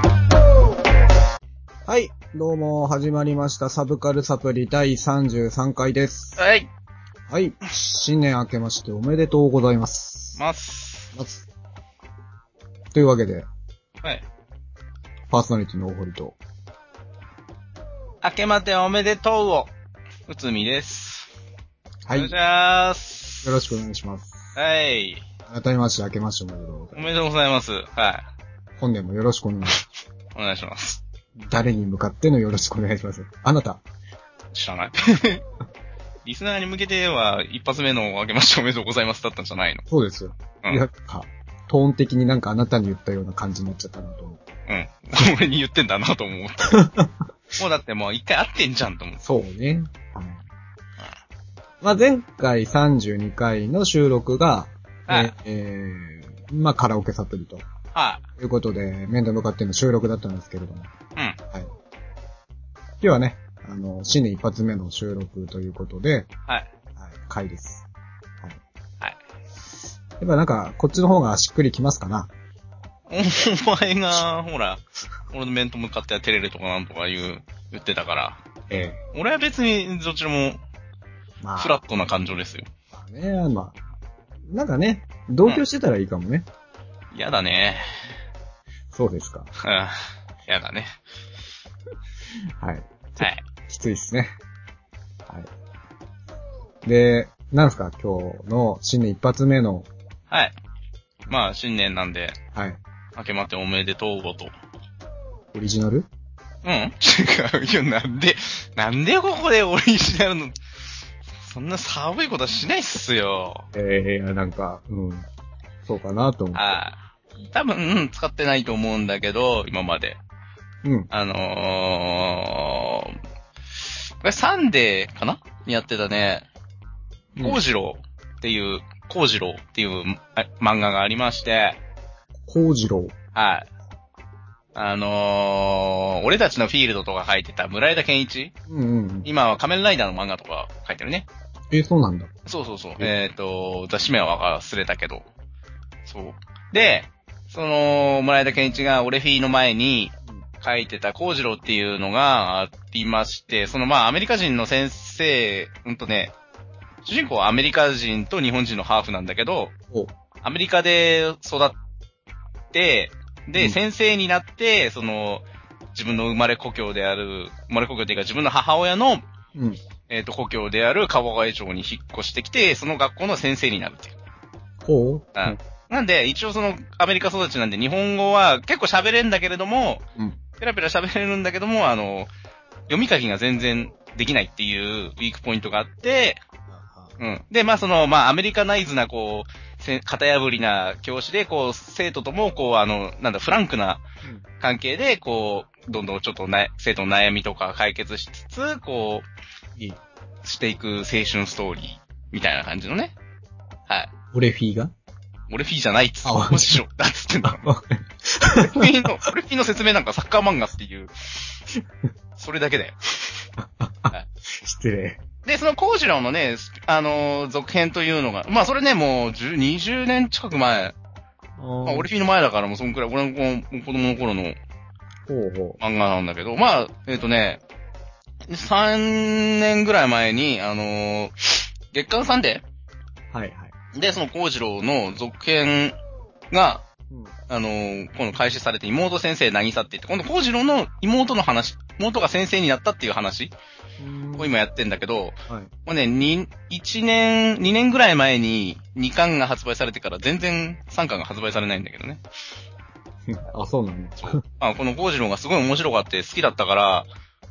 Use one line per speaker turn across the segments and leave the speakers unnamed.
はい、どうも、始まりました。サブカルサプリ第33回です。
はい、
はい、新年明けましておめでとうございます。
ます。
ますというわけで、
はい。
パーソナリティの大堀と、
明けまておめでとうを、うつみです。
はい、
お願いし
よ
ます。
ろしくお願いします。
はい。
改めまして明けましておめでとうござ
お
いま
めでとうございます。は
す。本年もよろしくお願いします。
い。お願いします。
誰に向かってのよろしくお願いします。あなた、
知 らない。リスナーに向けては、一発目の明けましておめでとうございますだったんじゃないの
そうですよ。
うん
いや、か、トーン的になんかあなたに言ったような感じになっちゃったなと思って。
うん。俺に言ってんだな と思った。もうだってもう一回会ってんじゃんと思って。
そうね。はい。まあ、前回32回の収録が、
はい
えーえーまあ、カラオケサプリと
はい。
いうことで、面と向かっての収録だったんですけれども、
うん。
はい。今日はね、あの、新年一発目の収録ということで、
はい。
はい、回です。はい。
はい。
やっぱなんか、こっちの方がしっくりきますかな
お前が、ほら、俺の面と向かって照れるとかなんとか言う、言ってたから。
え
俺は別にどちらも
えまあ、
フラットな感情ですよ。
まあね、まあ、なんかね、同居してたらいいかもね。
嫌だね。
そうですか。
うん嫌だね。
はい。
はい。
きついっすね。はい。で、なんですか、今日の新年一発目の、
はい。まあ、新年なんで、
はい、
明けまっておめでとうごと。
オリジナル
うん違うよ、なんで、なんでここでオリジナルの、そんな寒いことはしないっすよ。
ええなんか、うん。そうかなと思っ
ああ。多分、うん使ってないと思うんだけど、今まで。
て。うん。
あのー、これサンデーかなにやってたね、
うん
コウジロウっていう、コウジロウっていうあ漫画がありまして、
コウジロ
はい。あのー、俺たちのフィールドとか書いてた村枝健一
ウ。うんうんうん。
今は仮面ライダーの漫画とか書いてるね。
え、そうなんだ。
そうそうそう。えっ、と、雑誌名は忘れたけど。そう。で、その、村枝健一が俺フィーの前に書いてた幸次郎っていうのがありまして、そのまあアメリカ人の先生、うんとね、主人公はアメリカ人と日本人のハーフなんだけど、
お
アメリカで育って、
う
で、
ん
先生になって、その、自分の生まれ故郷である、生まれ故郷っていうか自分の母親の、
うん。
えっ、と、故郷である川越町に引っ越してきて、その学校の先生になるっていう。
こう
うん。なんで、一応その、アメリカ育ちなんで、日本語は結構喋れんだけれども、
うん。
ペラペラ喋れるんだけども、あの、読み書きが全然できないっていうウィークポイントがあって、うん。で、まあその、まあアメリカナイズな、こう、せ型破りな教師で、こう、生徒とも、こう、あの、なんだ、フランクな
うん
関係で、こう、どんどんちょっとな、生徒の悩みとか解決しつつ、こう、
いい
していく青春ストーリー、みたいな感じのね。はい。
俺フィーが
俺フィーじゃないっつって、
あ
もちろん、だっつってんだ。
わか
俺フィーの、俺フィーの説明なんかサッカー漫画っていう、それだけだよ。
失礼。
で、そのコウジロウのね、スあのー続編というのが、まあそれね、もう10 20年近く前、
あ
まあ、オリフィの前だからもうそんくらい、俺の子子供の頃の
ほうほ
漫画なんだけど、まあ、えっ、とね、3年ぐらい前に、あのー月刊サンデ
う。はいはい。
ーで、そのコウジロウの続編が、
うん。
あのー今度開始されて、妹先生渚って言って、今度コウジロウの妹の話、妹が先生になったっていう話を今やってんだけど、
はい。
もうね、に、1年、2年ぐらい前に2巻が発売されてから全然3巻が発売されないんだけどね。
あ、そうなんだ。
まあ、このゴジロがすごい面白かって好きだったから、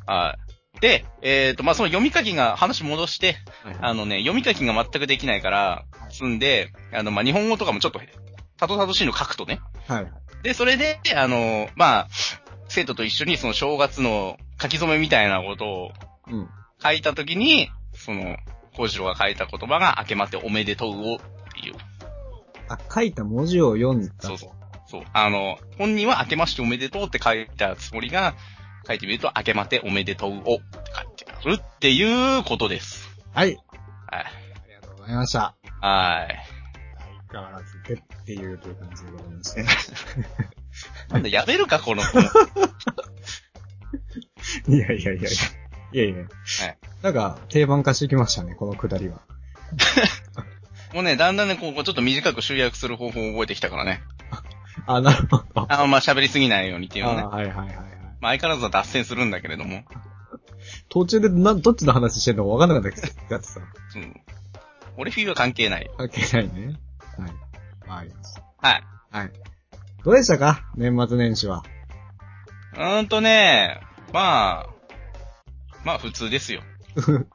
はい。で、えっ、と、まあ、その読み書きが、話戻して、
はいはい
あのね、読み書きが全くできないから、積んで、あの、まあ、日本語とかもちょっと、たどたどしいの書くとね。
はいはい。
で、それで、あの、まあ、生徒と一緒にその正月の書き初めみたいなことを
うん。
書いたときに、その、ゴジロが書いた言葉が、明けまっておめでとうをっていう
あ、書いた文字を読んだ。
そうそう。そう。あの、本人は明けましておめでとうって書いたつもりが、書いてみると、明けまておめでとうをって書いてあるっていうことです。
はい。
はい。
ありがとうございました。
はい。
相変わらず、てっていうという感じでございまして。
なんでやめるか、この子。
いやいやいやいや。いやいや。なんか、定番化してきましたね、このくだりは。
もうね、だんだんね、こう、ちょっと短く集約する方法を覚えてきたからね。
あ、なるほど。あ
あまあ喋りすぎないようにっていうのはね。
はいはいはいはい。
まあ相変わらずは脱線するんだけれども。
途中で、な、どっちの話してんのか分かんなかったけどやつさ。
うん。俺フィーは関係ない。
関係ないね。はい。わかりました。
はい。
はい。どうでしたか年末年始は。
うーんとね、まあ、まあ普通ですよ。
普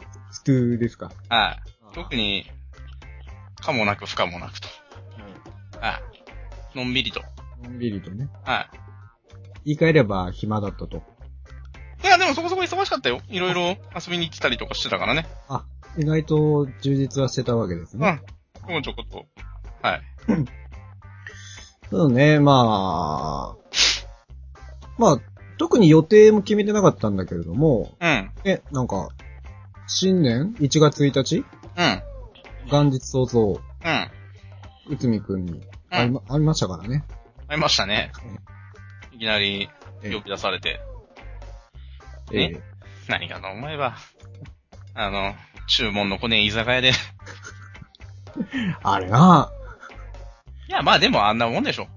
通ですか
はい。特に、かもなく不可もなくと。はい。のんびりと。
のんびりとね。
は
言い換えれば暇だったと。
い。いや、でもそこそこ忙しかったよ。いろいろ遊びに来たりとかしてたからね。
意外と充実はしてたわけです
う
ね。
ん。ちょこちょこっと。はい。
そうね、まあ、まあ、特に予定も決めてなかったんだけれども、
うん。
え、なんか、新年 ?1 月1日
うん。
元日早々、
うん。
うつみくんに
う
会い,、
ん。
ま会いましたからね。
会いましたね。いきなり
え
呼び出されて。
ええ
何かと思えば、あの、注文の来ねえ居酒屋で。い
あれな
や、まあでもあんなもんでしょ。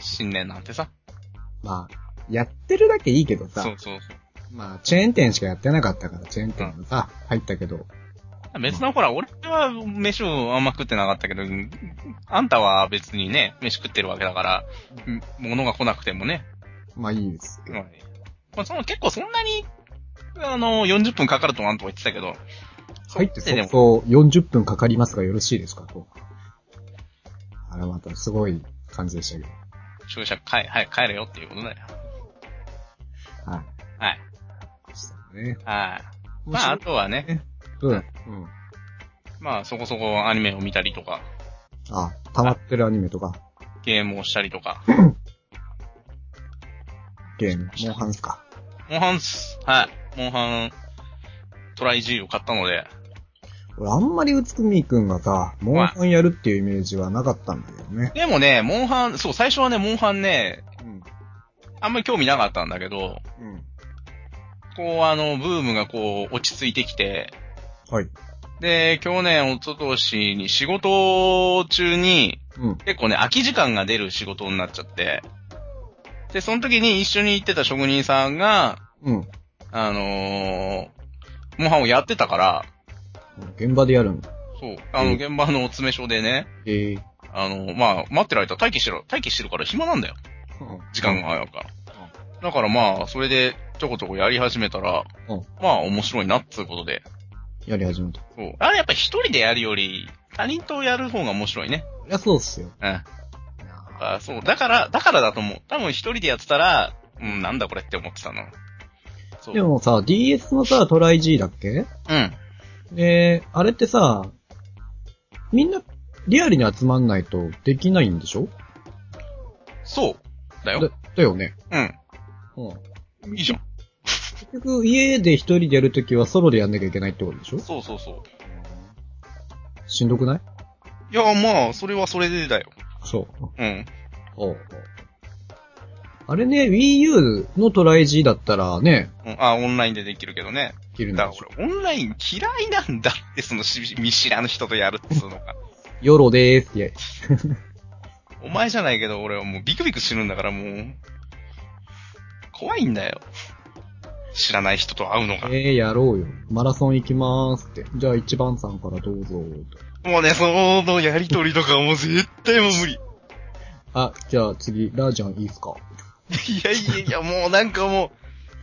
新年なんてさ。
まあ、やってるだけいいけど
そう
さ、
そうそ
まあ、チェーン店しかやってなかったから、チェーン店のさ、入ったけど、
う。別のほら、俺は飯をあんま食ってなかったけど、あんたは別にね、飯食ってるわけだから、うん物が来なくてもね。
まあいいです。
まあその結構そんなに、あの、40分かかるとなんとか言ってたけど、
入って
ででも
そう40分かかりますがよろしいですかと。あれまたすごい感じでしたけど。
注射、帰、早く帰れよっていうことだよ。
はい。
はい。
でしたね。
はい。まあ、あとはね、
うん。うん。
まあ、そこそこアニメを見たりとか、
あ、溜まってるアニメとか、
ゲームをしたりとか。
ゲーム、モンハンっすか。
モンハンっす。はい。モンハン、トライ G を買ったので。
俺あんまりうつくみくんがさ、モンハンやるっていうイメージはなかったんだけどね。
でもね、モンハン、そう、最初はね、モンハンね、
うん。
あんまり興味なかったんだけど、
うん。
こう、あの、ブームがこう、落ち着いてきて、
はい。
で、去年、おととしに仕事中に、
うん。
結構ね、空き時間が出る仕事になっちゃって、で、その時に一緒に行ってた職人さんが、
うん。
あのーモンハンをやってたから、
現場でやるんだ。
そう、あの、
うん
現場のお詰め所でね、
ええ。
あの、まあ、待ってる間待機してる、待機してるから暇なんだよ。時間が。早いから。だからまあ、それでちょこちょこやり始めたら、
うん
まあ面白いなっつうことで。
やり始めた。
そう。あれやっぱ一人でやるより、他人とやる方が面白いね。
いや、そうっすよ。
うん。あそう。だから、だからだと思う。多分一人でやってたら、うん、なんだこれって思ってたの。そう。
でもさ、DS のさ、トライ G だっけ
うん。
で、あれってさ、みんな、リアルに集まんないとできないんでしょ
そう。
だ
だよ。
だよね。
うん。
うん。
いいじゃん。
結局、家で一人でやるときはソロでやんなきゃいけないってことでしょ
そうそうそう。
しんどくない
いや、まあ、それはそれでだよ。
そう。
うん。
おうおうあれね、Wii U のトライ G だったらね、
うん、あ、オンラインでできるけどね。
できるん
だ
だ
か
しょ。
ら俺、オンライン嫌いなんだって、そのし見知らぬ人とやるっつうのが。
ヨロでーすって。
お前じゃないけど、俺はもうビクビクしてるんだから、もう。怖いんだよ。知らない人と会うのが。
えー、やろうよ。マラソン行きまーすって。じゃあ一番さんからどうぞーと
もうね、そのやりとりとかもう絶対もう無理。い
あ、じゃあ次、ラージャンいいっすか
やいやいや、もうなんかも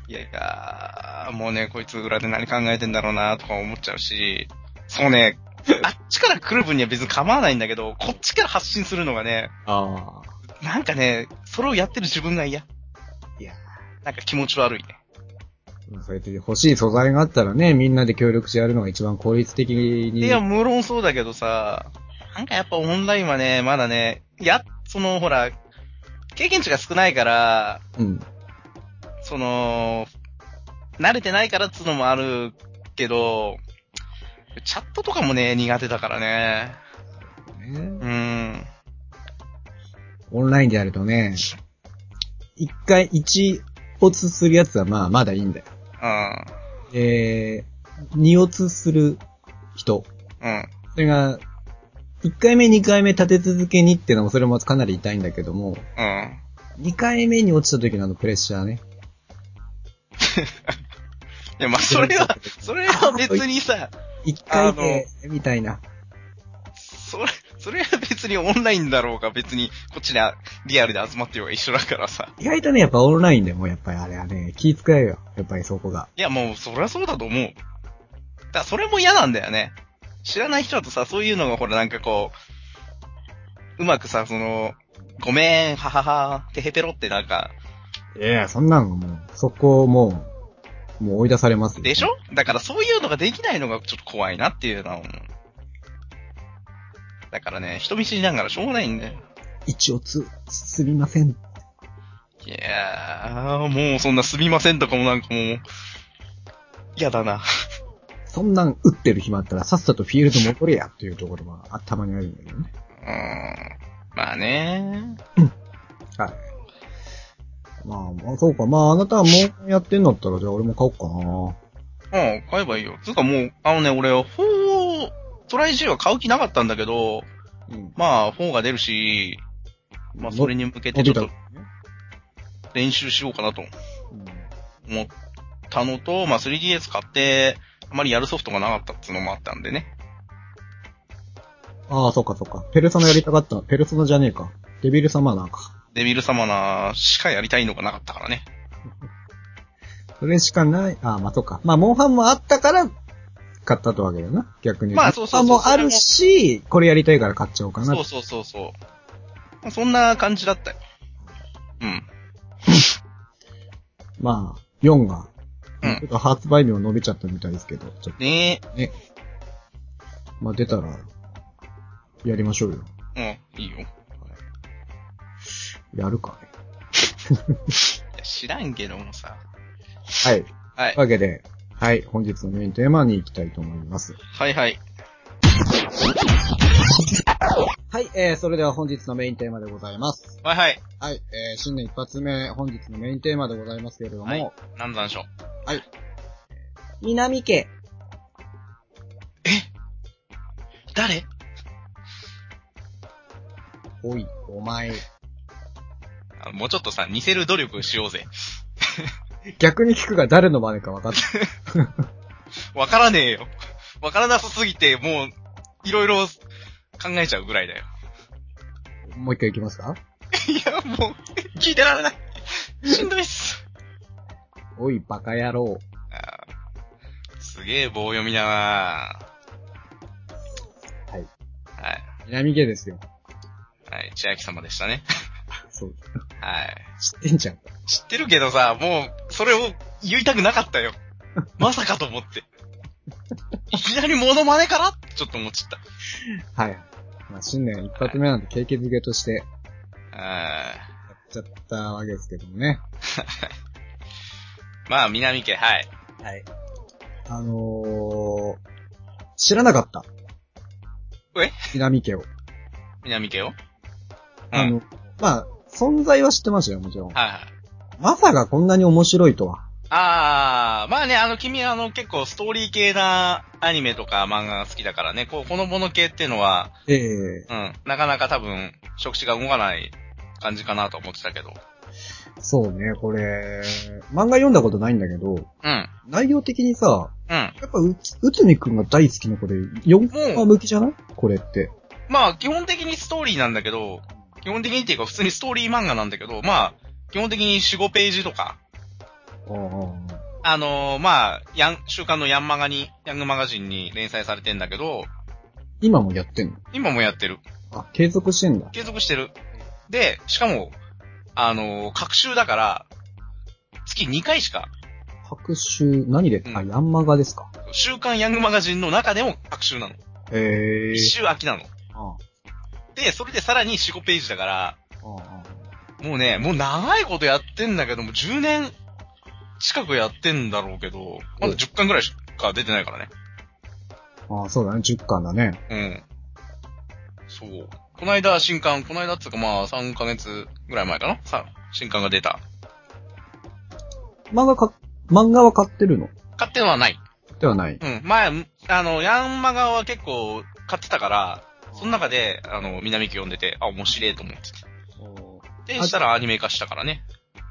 う、いやいや、もうね、こいつ裏で何考えてんだろうな、とか思っちゃうし、そうね、あっちから来る分には別に構わないんだけど、こっちから発信するのがね、
あ
なんかね、それをやってる自分が嫌。
ー。いや
なんか気持ち悪いね。
ーそうやって欲しい素材があったらね、みんなで協力してやるのが一番効率的に。
いや、無論そうだけどさ、なんかやっぱオンラインはね、まだね、いや、その、ほら、経験値が少ないから、
うん。
その、慣れてないからっつうのもあるけど、チャットとかもね、苦手だからね。
ね
うん。
オンラインでやるとね、一回一落ちするやつはまあまだいいんだよ。
うん。
えー、二落ちする人。
うん。
それが、一回目二回目立て続けにっていうのもそれもかなり痛いんだけども、
うん。
二回目に落ちた時のあのプレッシャーね。
いや、まあ、それは、それは別にさ、
一回で、みたいな。
それ、それは別にオンラインだろうが、別に、こっちでリアルで集まってようが一緒だからさ。
意外とね、やっぱオンラインでもやっぱりあれはね、気遣うよ。やっぱりそこが。
いや、もう、そりゃそうだと思う。だからそれも嫌なんだよね。知らない人だとさ、そういうのがほら、なんかこう、うまくさ、その、ごめん、ははは、てへぺろってなんか、
いや、そんなのもう、そこもう、もう追い出されますよ
でしょだからそういうのができないのがちょっと怖いなっていうのは思う。だからね、人見知りながらしょうがないんだよ。
一応つ、すみません。
いやー、もうそんなすみませんとかもなんかもう、嫌だな。
そんなん打ってる暇あったらさっさとフィールド戻れやっていうところは頭にあるんだけどね。
うーん。まあね
はい。まあ、まあ、そうか。まあ、あなたはもうやってんだったら、じゃあ俺も買おうかな。
うん、買えばいいよ。つうかもう、あのね、俺、4、トライ G は買う気なかったんだけど、
うん。
まあ、4が出るし、まあ、それに向けてちょっと練習しようかなと思ったのと、まあ、3DS 買って、あまりやるソフトがなかったっていうのもあったんでね。
ああ、そうかそうか。ペルソナやりたかった。ペルソナじゃねえか。デビルサマナーか。
デビル様なしかやりたいのがなかったからね。
それしかない。ああ、まあそうか。まあ、モンハンもあったから、買ったってわけだよな。逆に。
まあそうそうそう
モンハンもあるし、これやりたいから買っちゃおうかな。
そうそうそうそう。まあそんな感じだったよ。うん。
まあ、4が。
うん
ちょっと発売日も伸びちゃったみたいですけど、ちょっ
ね
と、まあ出たら、やりましょうよ。
え、うん、いいよ。いや
やるかね。
知らんけどもさ。
はい。とい。
はいう
わけで、はい、本日のメインテーマに行きたいと思います。
はいはい。
はい、えー、それでは本日のメインテーマでございます。
はいはい。
はい、えー、新年一発目、本日のメインテーマでございますけれども、
はいなんなんでしょう。
南家。
誰
おい、お前。
あもうちょっとさ、似せる努力しようぜ。
逆に聞くが誰の真似か分かった。
わからねえよ。わからなさすぎて、もう、いろいろ考えちゃうぐらいだよ。
もう一回行きますか
いや、もう、聞いてられない。しんどいっす。
おい、バカ野郎。
あーすげえ棒読みだな
はい
はい。
南家ですよ。
はい。千秋様でしたね。
そう。
はい。
知ってんじゃん。
知ってるけどさ、もう、それを言いたくなかった よ。まさかと思って。いきなりモノマネからちょっと思っちゃっ。
はい。まあ、新年一発目なんで景気づけとしてやった
はい
ちゃったわけですけどもね。
まあ、南家、はい。
はい。あのー、知らなかった。
え
南家を。
南家をうん。
あの、まあ、存在は知ってましたよ、もちろん。
はいはい。
まさかこんなに面白いとは。
あー、まあね、あの、君、あの、結構ストーリー系なアニメとか漫画が好きだからね、こう、このもの系っていうのは、
ええ
うん、なかなか多分、触手が動かない感じかなと思ってたけど。
そうね、これ、漫画読んだことないんだけど、
うん、
内容的にさ、
うん。
やっぱう、うつみくんが大好きなこれ、4コマ向きじゃないこれって。
まあ、基本的にストーリーなんだけど、基本的にっていうか、普通にストーリー漫画なんだけど、まあ、基本的に4、5ページとか、
ああ。
あのーまあ、ヤン、週刊のヤンマガに、ヤングマガジンに連載されてんだけど、
今もやってんの
今もやってる。
あ、継続してんだ。
継続してる。で、しかも、あのー、各週だから、月2回しか、
白州、何で、
うん
あ、ヤンマガですか。
週刊ヤングマガジンの中でも各週なの。
へ
一週空きなの。
あ
で、それでさらに4、5ページだから、
うんうん
もうね、もう長いことやってんだけども、10年近くやってんだろうけど、まだ10巻ぐらいしか出てないからね。
ああ、そうだね。10巻だね。
うん。そう。この間新刊、この間っつうかまあ3ヶ月ぐらい前かなさ新刊が出た。
漫画か、漫画は買ってるの
買ってはない。
ではない。
うん。前、あの、ヤンマガは結構買ってたから、その中で、あの、南木読んでて、あ、面白いと思ってて。で、したらアニメ化したからね。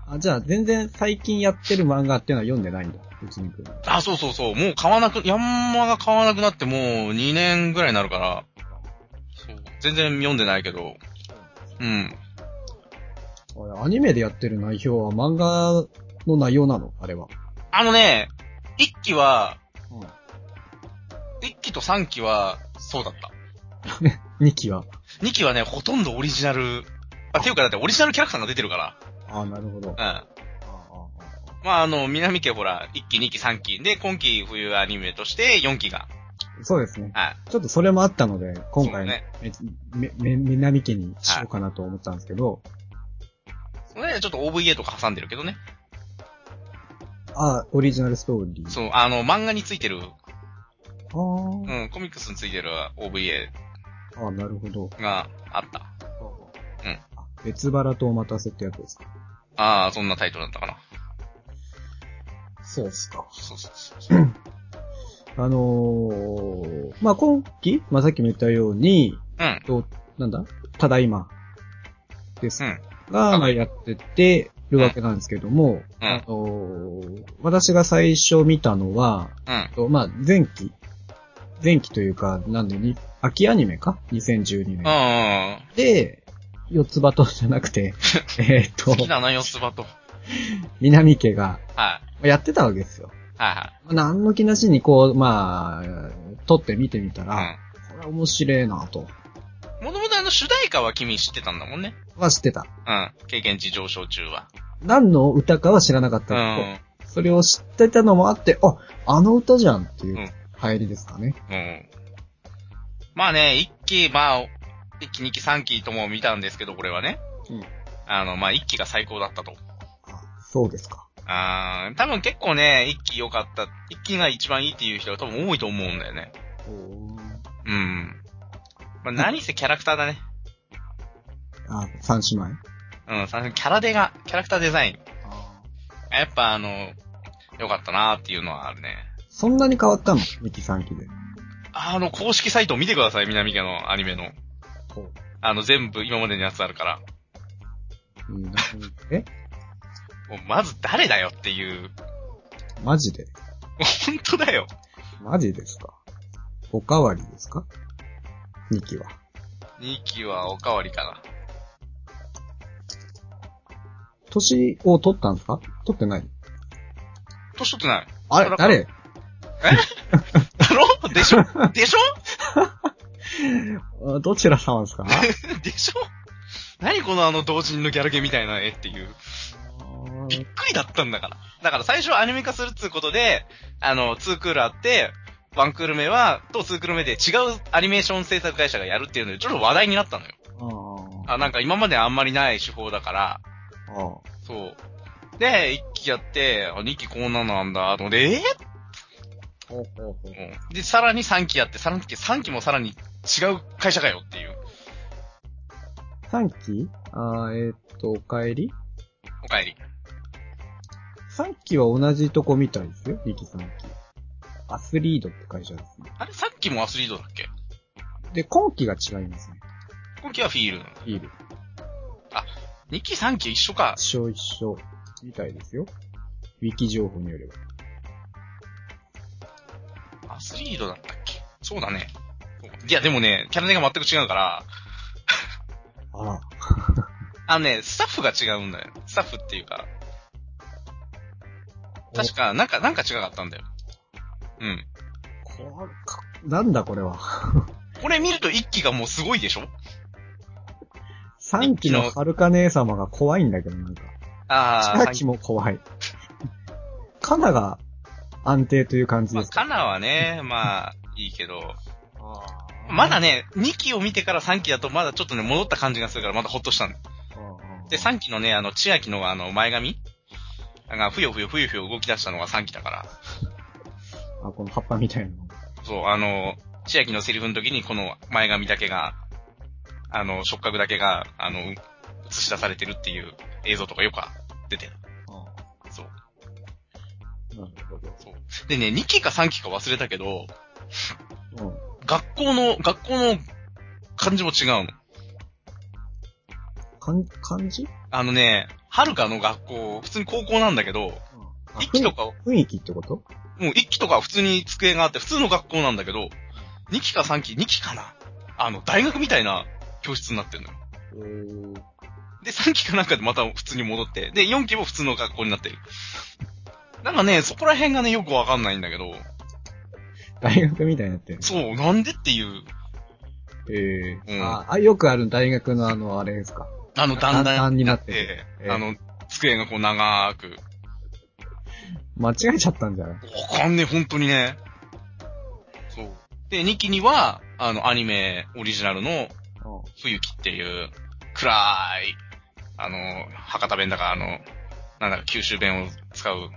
あ、じゃあ全然最近やってる漫画っていうのは読んでないんだ。内海くん。
あ、そうそうそう。もう買わなく、ヤンマが買わなくなってもう2年ぐらいになるから。そう。全然読んでないけど。うん。
あれアニメでやってる内容は漫画の内容なのあれは。
あのね、1期は、
う
1期と3期は、そうだった。
ん。2期は。
2期はね、ほとんどオリジナル。あ、ていうかだってオリジナルキャラクターが出てるか
ああ、なるほど。あ
ら。
あ
うん。まあ、あの、南家ほら、1期、2期、3期。で、今期冬アニメとして4期が。
そうですね。
はい。
ちょっとそれもあったので、今
そう
回、
ね
め、め、め、南家にしようかなと思ったんですけど、
それでちょっと OVA とか挟んでるけどね。
ああ、オリジナルストーリー。
そう、あの、漫画についてる、
あー
うん、コミックスについてる OVA
あー、なるほど。
があった。うん
あ別腹とお待たせってやつですか
ああ、そんなタイトルだったかな。
そうですか。
そうそうそうそう。
あのー、まあ、今期、まあ、さっきも言ったように、
うん。
と、なんだただいま。です
う
が、
ん。
まあ、やっててるわけなんですけども、
うん
あのー、私が最初見たのは、
うん。
とまあ、前期。前期というか、なんでに、秋アニメか ?2012
う
年。
ん。
で、四つ葉とじゃなく て、えーっと
好、きだな、四つ葉と。はい。
南家が
はい
やってたわけですよ。
は
何の気なしにこう、まあ、撮って見てみた
いは
ら、
い。
これは面白いなと。
うん。もともとあの、主題歌は君知ってたんだもんね。
は知ってた。
うん。経験値上昇中は。
何の歌かは知らなかった
う
けど、
ん。
それを知ってたのもあって、あ、あの歌じゃんっていう
うん
入りですかね。
うん。まあね、一期、まあ、一期、二期、三期とも見たんですけど、これはね。
うん
あの、まあ、一期が最高だったと。
あそうですか。
あー多分結構ね、一期良かった。一期が一番いいっていう人が多分多いと思うんだよね。うん。まあ、何せキャラクターだね。
あ、三姉妹。
うん、さキャラデが、キャラクターデザイン。やっぱあの、良かったなーっていうのはあるね。
そんなに変わったのミキ3期で。
あの、公式サイトを見てください、南家のアニメの。あの、全部今までのやつあるから。
うんなんかえ
もうまず誰だよっていう。
マジで
本当だよ。
マジですかおかわりですか ?2 期は。
2期はおかわりかな。
年を取ったんですか取ってない
年取って ない。
あ
そ
れ
ら
誰
だろでしょでしょ
あどちら様 ですか
でしょ何このあの同人のギャルゲみたいな絵っていう。びっくりだったんだから。だから最初アニメ化するっつうことで、あの、2クールあって、1クール目は、と2クール目で違うアニメーション制作会社がやるっていうので、ちょっと話題になったのよ。
あー
あ、なんか今まであんまりない手法だから、
あ
そう。で、1期やって、あ2期こんなのなんだ、と思って、え
ー。
ーうんで、さらに3期やって、さらに3期もさらに違う会社かよっていう。
3期あーえーっと、お帰り
お帰り。
?3 期は同じとこみたいですよ。2期3期。アスリードって会社ですね。
あれ、3期もアスリートだっけ
で、今期が違いますね。
今期はフィールド。
ビール。
2期3期一緒か。
一生一生。みたいですよ。ウィキ情報によれば。
アスリートだったっけそうだね。そういや、でもね、キャラネが全く違うから、
ああ。
あのね、スタッフが違うんだよ。スタッフっていうか、確か、なんか、なんか違かったんだよ。うん。
これか、なんだこれは。
これ見ると一期がもうすごいでしょ
3期のはるか姉様が怖いんだけど、なんか。
あー、
2期も怖い。カナが安定という感じ
まあ、
です
カ
か、
ナはね、まあ、いいけど、
あ
ままだね、2期を見てから3期だとまだちょっとね、戻った感じがするからまだほっとしたんだ。で、3期のね、あの、千秋のあの、前髪が、ふよふよふよふよ動き出したのが3期だから。
あ、この葉っぱみたいなの。
そう、あの、千秋のセリフの時にこの前髪だけが、あの、触覚だけが、あの、映し出されてるっていう映像とかよく出てる。そう。
なるほ
そう。でね、2期か3期か忘れたけど、
ど。うん。
学校の、学校の感じも違うの。
かん、漢字
あのね、はるかの学校、普通に高校なんだけど、
あ
一期とかを
雰囲雰囲気ってこと
もう1期とかは普通に机があって、普通の学校なんだけど、2期か3期、2期かなあの、大学みたいな教室になってるのよ。
えー、
で、3期かなんかでまた普通に戻って、で、4期も普通の学校になってる。なんかね、そこら辺がね、よくわかんないんだけど、
大学みたいになってる。
そう、なんでっていう、
ええ
うん
ああ、よくある大学のあの、あれですか。
あの、だんだ
段々
ん
になってええ
あの、机がこう長ーく、
間違えちゃったんじゃない
わかんねえ、本当にね。そう。で、2期には、あの、アニメオリジナルの、冬木っていう、暗い、あの、博多弁だから、あの、なんだか九州弁を使う、
うん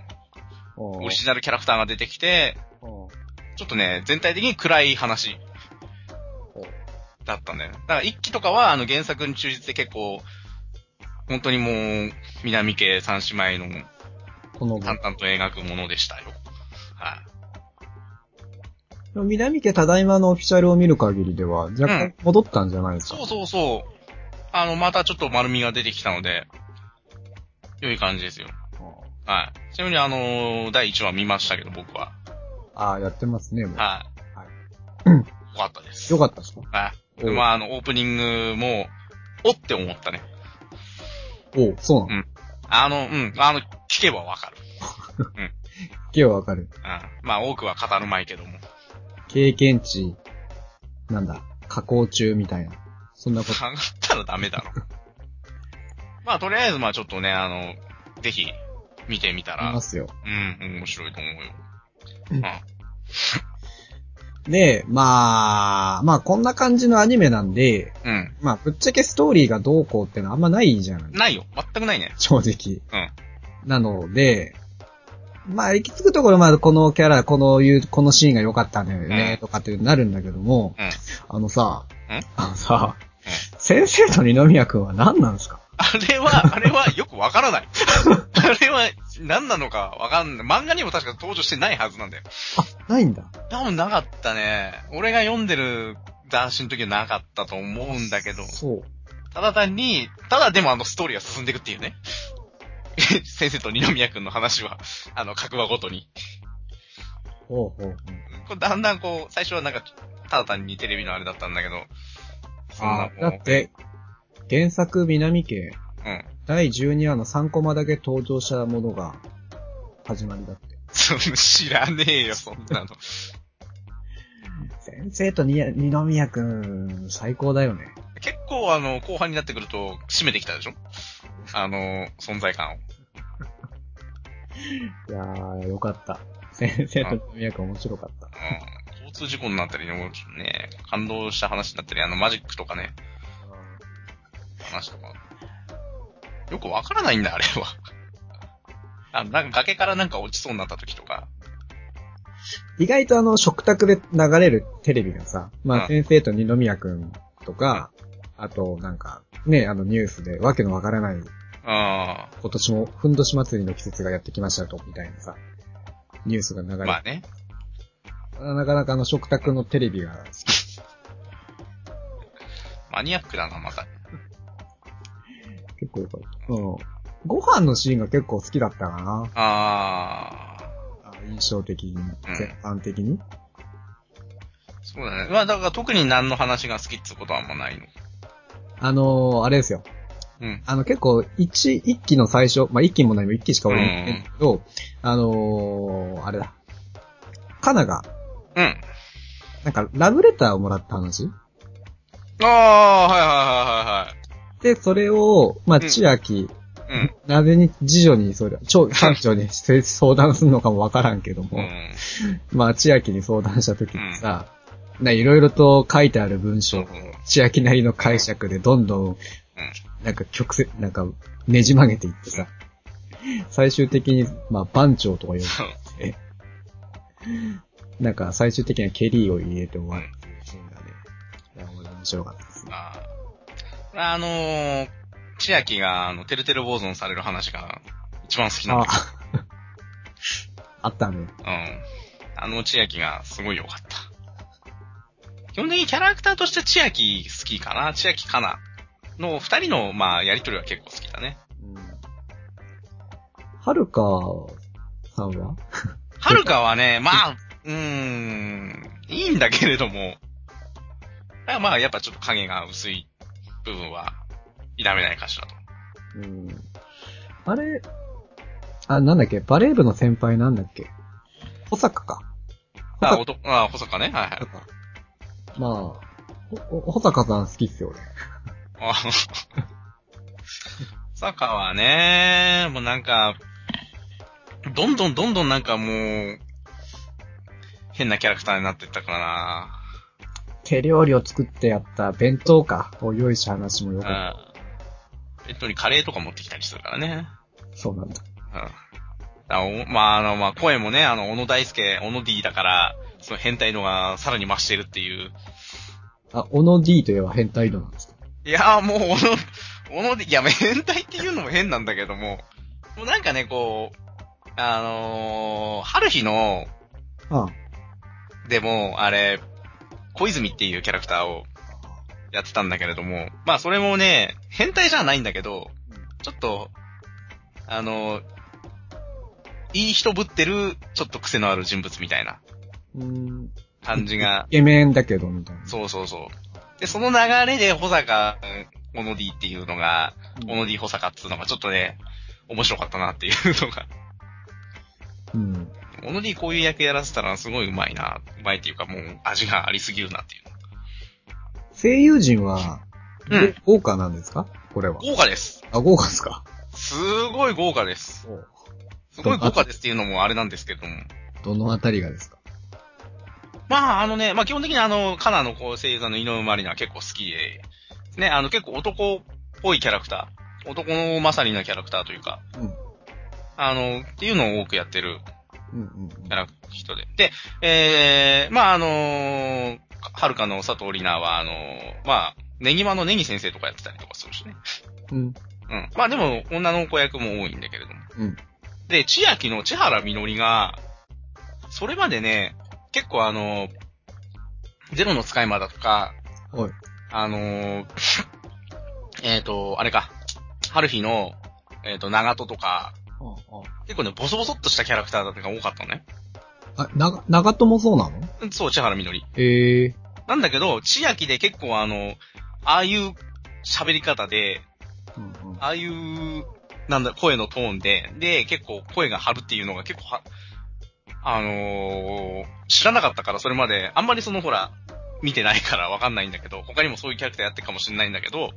オリジナルキャラクターが出てきて、
うん
ちょっとね、全体的に暗い話
お
だったんだよね。だから一期とかは、あの原作に忠実で結構、本当にもう、南家三姉妹の
この
淡々と描くものでしたよ。はい。
南家ただいまのオフィシャルを見る限りでは、若干戻ったんじゃないですか。
そうそうそう。あの、またちょっと丸みが出てきたので、良い感じですよ。はい。ちなみにあのー第1話見ましたけど、僕は。
ああ、やってますね、もう。
はい。
はい
うん。よかったです。
よかったですか
はい。
おう
まあ、あの、オープニングも、おって思ったね。
おうそうなの
うんあの、うん、あの、聞けばわかる。
聞けばわかる。
うん。まあ、多くは語るまいけども。
経験値、なんだ、加工中みたいな。そんなこ
下がったらダ メだろ。まあ、とりあえず、まあ、ちょっとね、あの、ぜひ、見てみた
とあり
ら
ま、すよ。
うん、面白いと思うよ。
う
うんん。
で、まあ、まあこんな感じのアニメなんで、
うん。
まあぶっちゃけストーリーがどうこうってのはあんまないじゃない
ないよ。全くないね。
正直。なので、まあ、行き着くところ、まあ、このキャラ、このいう、このシーンが良かったんだよね、
うん
とかってなるんだけども、
うん
あのさ
うん、
あのさ
うん、
先生と二宮くんは何なんですか
あれは、あれはよくわか らない。あれは、何なのかわかんない。漫画にも確か登場してないはずなんだよ。
あ、ないんだ。
多分なかったね。俺が読んでる男子の時はなかったと思うんだけど。
そう。
ただ単に、ただでもあのストーリーが進んでいくっていうね。 先生と二宮くんの話は、あの、各話ごとに。
ほうほうほう。
こうだんだんこう、最初はなんか、ただ単にテレビのあれだったんだけど。そん
あ
なこう
ーだって、原作南家、
うん。
第12話の3コマだけ登場したものが、始まりだって。
その 知らねえよ、そんなの。
先生とに二宮くん、最高だよね。
結構あの、後半になってくると、締めてきたでしょあの、存在感を。
いやー、よかった。先生と二宮くん面白かった。
うん交通事故になったりね、もうちょっとね、感動した話になったり、あの、マジックとかね、話とか。よくわからないんだ、あれは。 あの、なんか崖からなんか落ちそうになった時とか。
意外とあの、食卓で流れるテレビがさ、ま
う
あ
ん
先生と二宮くんとか、あとなんか、ね、あのニュースでわけのわからない、
あ
今年もふんどし祭りの季節がやってきましたと、みたいなさ、ニュースが流れ
あ、
る。
まあね。
なかなかあの食卓のテレビが好き。
マニアックだな、また。
結構よかった。うん。ご飯のシーンが結構好きだったかな。
あ
あ印象的に、全般的に。
あ、そうだね。まあ、だから特に何の話が好きってことはあんまないの。
あのー、あれですよ。
うん。
あの結構、一、一期の最初、まあ一期も何も一期しか俺見てないけど、あのー、あれだ。カナが、
うん。
なんかラブレターをもらった話
ああ、はいは
で、それを、まあ
うん
千秋、
いはいはいはい。
なぜに、次女に、それ、 長、三女に相談するのかもわからんけど
うん。う
も、
ん。
まあ千秋に相談した時にさ、ないろいろと書いてある文
そう
章
そうそう。
千秋なりの解釈でどんどん、なんか曲折、なんかねじ曲げていってさ、最終的に、まあ番長とか呼
そう。
んで、なんか最終的にはケリーを入れて終わるっていうシーンがね、いや、俺は面白かったですね。
あーあのー、千秋が、あの、てるてる坊主にされる話が、一番好きなん
あ
だけど。
ああったね。
うん。あの千秋がすごい良かった。基本的にキャラクターとして千秋好きかな千秋かなの二人の、まあ、やりとりは結構好きだね。
はるかさんは
はるかはね、まあ、うーん、いいんだけれども、だからまあ、やっぱちょっと影が薄い部分は否めないかしらと。
うん。あれ、あ、なんだっけバレー部の先輩なんだっけ保坂か。
あ、
保
おと、あ、細かね。はいはい
坂。か。まあ、ほほ保坂さん好きっすよ、俺。
あの、 坂はね、もうなんか、どんどんどんどんなんかもう、変なキャラクターになっていったからな。
手料理を作ってやった弁当かを用意した話もよかっ
うん。ベッドにカレーとか持ってきたりするからね。
た。そうなんだ。
うん。だからおまあ、あの、まあ、声もね、あの、小野大輔、小野 D だから、その変態のがさらに増してるっていう。
あ、小野 D といえば変態度なんですか
いやーもう、おの、おので、いや、変態っていうのも変なんだけども、もうなんかね、こう、あのー、春日の、
あ
でも、あれ、小泉っていうキャラクターをやってたんだけれども、まあそれもね、変態じゃないんだけど、ちょっと、あの、いい人ぶってる、ちょっと癖のある人物みたいな
うん。
感じが
イケメンだけど、みたいな。
そうそうそう。で、その流れで、保坂、小野 D っていうのが、
うん
小野 D 保坂っていうのがちょっとね、面白かったなっていうのが。
うん。
小野 D こういう役やらせたらすごいうまいな。うまいっていうかもう味がありすぎるなっていう。
声優陣は、
うん
豪華なんですかこれは。
豪華です。
あ、豪華っすか
すごい豪華です。すごい豪華ですっていうのもあれなんですけども。
どのあたりがですか
まあ、あのね、まあ基本的にあの、カナのこう声優さんの井上まりなは結構好きで、ね、あの結構男っぽいキャラクター。男のまさりなキャラクターというか、
うん。
あの、っていうのを多くやってる
うんうん
キャラ人で。で、えー、まあ、あのーはるかの佐藤里奈は、あのーまあ、ネギマのネギ先生とかやってたりとかするしね。
うん。
うん。まあでも、女の子役も多いんだけれども。
うん。
で、千秋の千原みのりが、それまでね、結構あのーゼロの使い魔だとか、
はい。
あのー えっと、あれか、春日の、えっ、と、長門とか、結構ね、ボソボソっとしたキャラクターだったのが多かったのね。
あ、な、長友そうなの
うんそう、千原みのり。
ええ
なんだけど、千秋で結構あの、ああいう喋り方で、
うんうん。
ああいう、なんだ、声のトーンで、で、結構声が張るっていうのが結構は、あのー知らなかったから、それまで、あんまりそのほら、見てないからわかんないんだけど、他にもそういうキャラクターやってるかもしれないんだけど、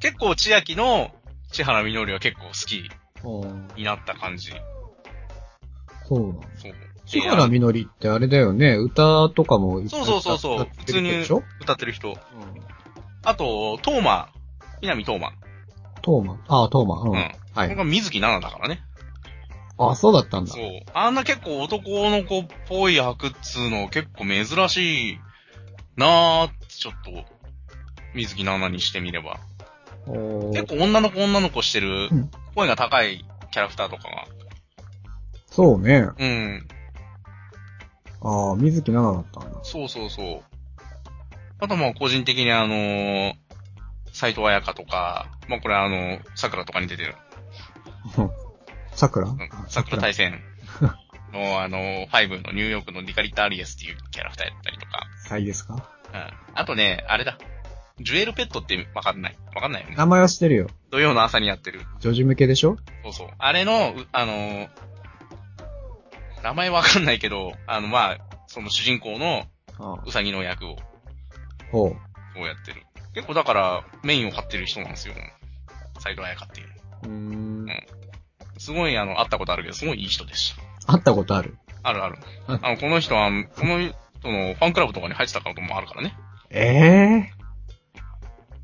結構千秋の千原みのりは結構好き
あ
になった感じ。
あ、そうなの。
そう。
木原みのりってあれだよね、歌とかもいっぱい
そうそうそうそう
歌ってる人でしょ
歌ってる人。
うん。
あと、トーマ、南トーマ。
トーマン。ああ、トーマン。うん。
うん
は
これ
い。
が水木奈々だからね。
あそうだったんだ
そ。う。あんな結構男の子っぽい役っつうの結構珍しいなーって、ちょっと、水木奈々にしてみれば。
お
結
ー
構女の子女の子してる
うん、
声が高いキャラクターとかが。
そうね。
うん。
ああ、水木奈々だったんだ。
そうそうそう。あとまあ個人的にあのー、斎藤彩香とか、まあこれあの、桜とかに出てる、
うん桜
うん、桜対戦のあのー、ファイブのニューヨークのリカリッタ・アリエスっていうキャラクターやったりとか。
才ですか
うんあとね、あれだ。ジュエルペットってわかんない。わかんないよね。
名前は知ってるよ。
土曜の朝にやってる。
女児向けでしょ
そうそう。あれの、うあのー名前わかんないけど、あの、まあ、その主人公の
ああ
ウ。サギの役を、こ
ほう。
うやってる。結構だから、メインを張ってる人なんですよ。斎藤彩香っていう。
うーん
んすごい、あの、会ったことあるけど、すごいいい人でし
会ったことある
た。あるある。
うん
あの、この人は、このその、ファンクラブとかに入ってたこともあるからね。
ええ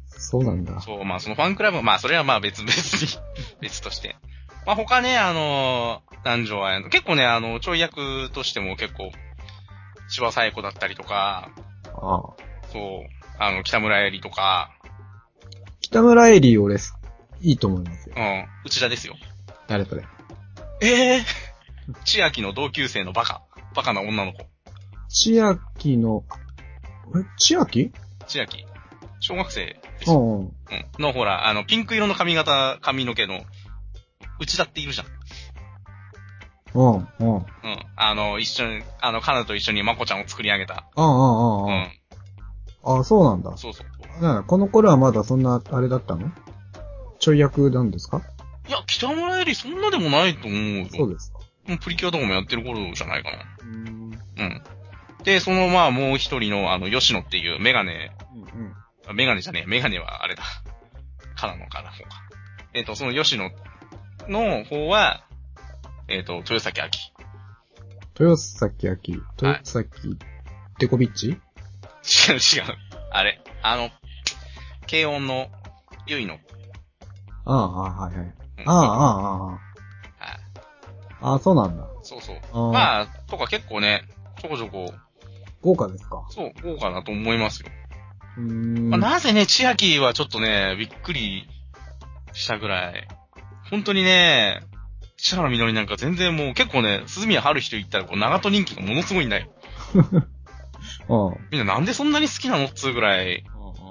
そうなんだ。
そう、まあそのファンクラブ、まあそれはまあ別、 別に、別として。まあ他ね、あのー、南條綾乃、結構ね、あの、ちょい役としても結構、柴彩子だったりとか、
ああ。
そう、あの、北村えりとか、
北村エリー俺、いいと思いますよ。
うん、内田ですよ。
誰それ。
ええ千秋の同級生のバカ。バカな女の子。
千秋の、え、千秋
千秋。小学生です
う
よ。
んうん。
うん。の、ほら、あの、ピンク色の髪型、髪の毛の、内田っているじゃん。
うん、うん。うん、うん、うん
うん。あの、一緒に、あの、カナと一緒にマコちゃんを作り上げた。う。
うん
ん。
ああ、そうなんだ。
そうそう。
なんだこの頃はまだそんな、あれだったのちょい役なんですか
いや、北村よりそんなでもないと思うよ。
そうですか。
もうプリキュアとかもやってる頃じゃないかな。
うーん。
うん。で、その、まあ、もう一人の、あの、吉野っていうメガネ、
うん、
あメガネじゃねえ、メガネはあれだ。 カナのかな、方か。えっ、と、その吉野の方は、えっ、と、豊崎明。
豊崎明、豊崎、デコビッチ
違う違う。あれ、あの、軽音の、ゆいの。
ああ、ああ、はいはい。
うん
ああ、ああ、あ
はい
あ。ああ、そうなんだ。
そうそう。
ああ、
まあ、とか結構ね、ちょこちょこ、
豪華ですか。
そう、豪華だと思いますよ。
うーん。
まあ、なぜね、千秋はちょっとね、びっくりしたぐらい。本当にね、千原みのりなんか全然もう結構ね、鈴宮春日と言ったらこう長戸人気がものすごいんだよ。
うん。うん
みんななんでそんなに好きなのっつうぐらい、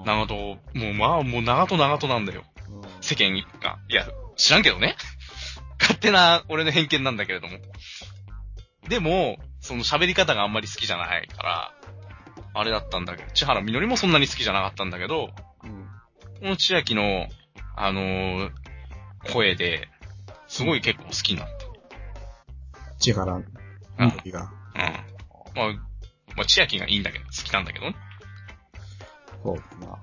長戸、もうまあ、もう長戸長戸なんだよ。世間が。いや、知らんけどね。 勝手な俺の偏見なんだけれども。でも、その喋り方があんまり好きじゃないから、あれだったんだけど、千原みのりもそんなに好きじゃなかったんだけど、
うん
この千秋の、あのー声で、すごい結構好きになっ
千原、
た。うん。
みが。
まあ、まあ、千秋がいいんだけど、好きなんだけどね。
そうですな。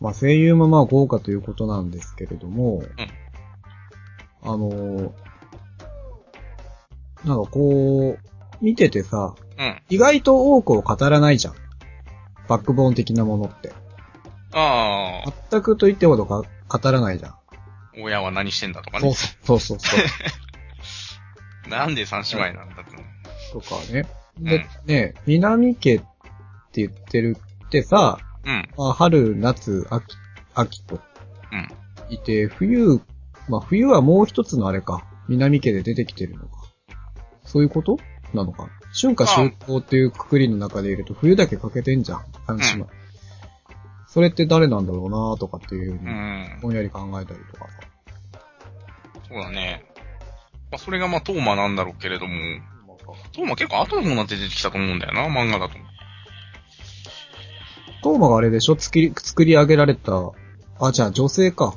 まあ声優もまあ豪華ということなんですけれども、あのーなんかこう、見ててさ、
うん。
意外と多くを語らないじゃん。バックボーン的なものって。
ああ、
全くと言ってほどか語らないじゃん。
親は何してんだとか
そう
ね。
そうそうそう。
なんで三姉妹なんだって。
とかね。
う
で
ん、
ね、南家って言ってるってさ、
うん。
まあ、春、夏、秋、秋と。
うん
いて、冬、まあ、冬はもう一つのあれか。南家で出てきてるのか。そういうことなのか。春夏秋冬っていうくくりの中でいると、冬だけ欠けてんじゃん。あの島。それって誰なんだろうなとかっていうふう
う
に、
ん。
ぼんやり考えたりとかさ。
そうだね。まあ、それがまあ、トーマなんだろうけれども、トーマ結構後の方になって出てきたと思うんだよな、漫画だと。
トーマがあれでしょ作り、作り上げられた、あ、じゃあ女性か。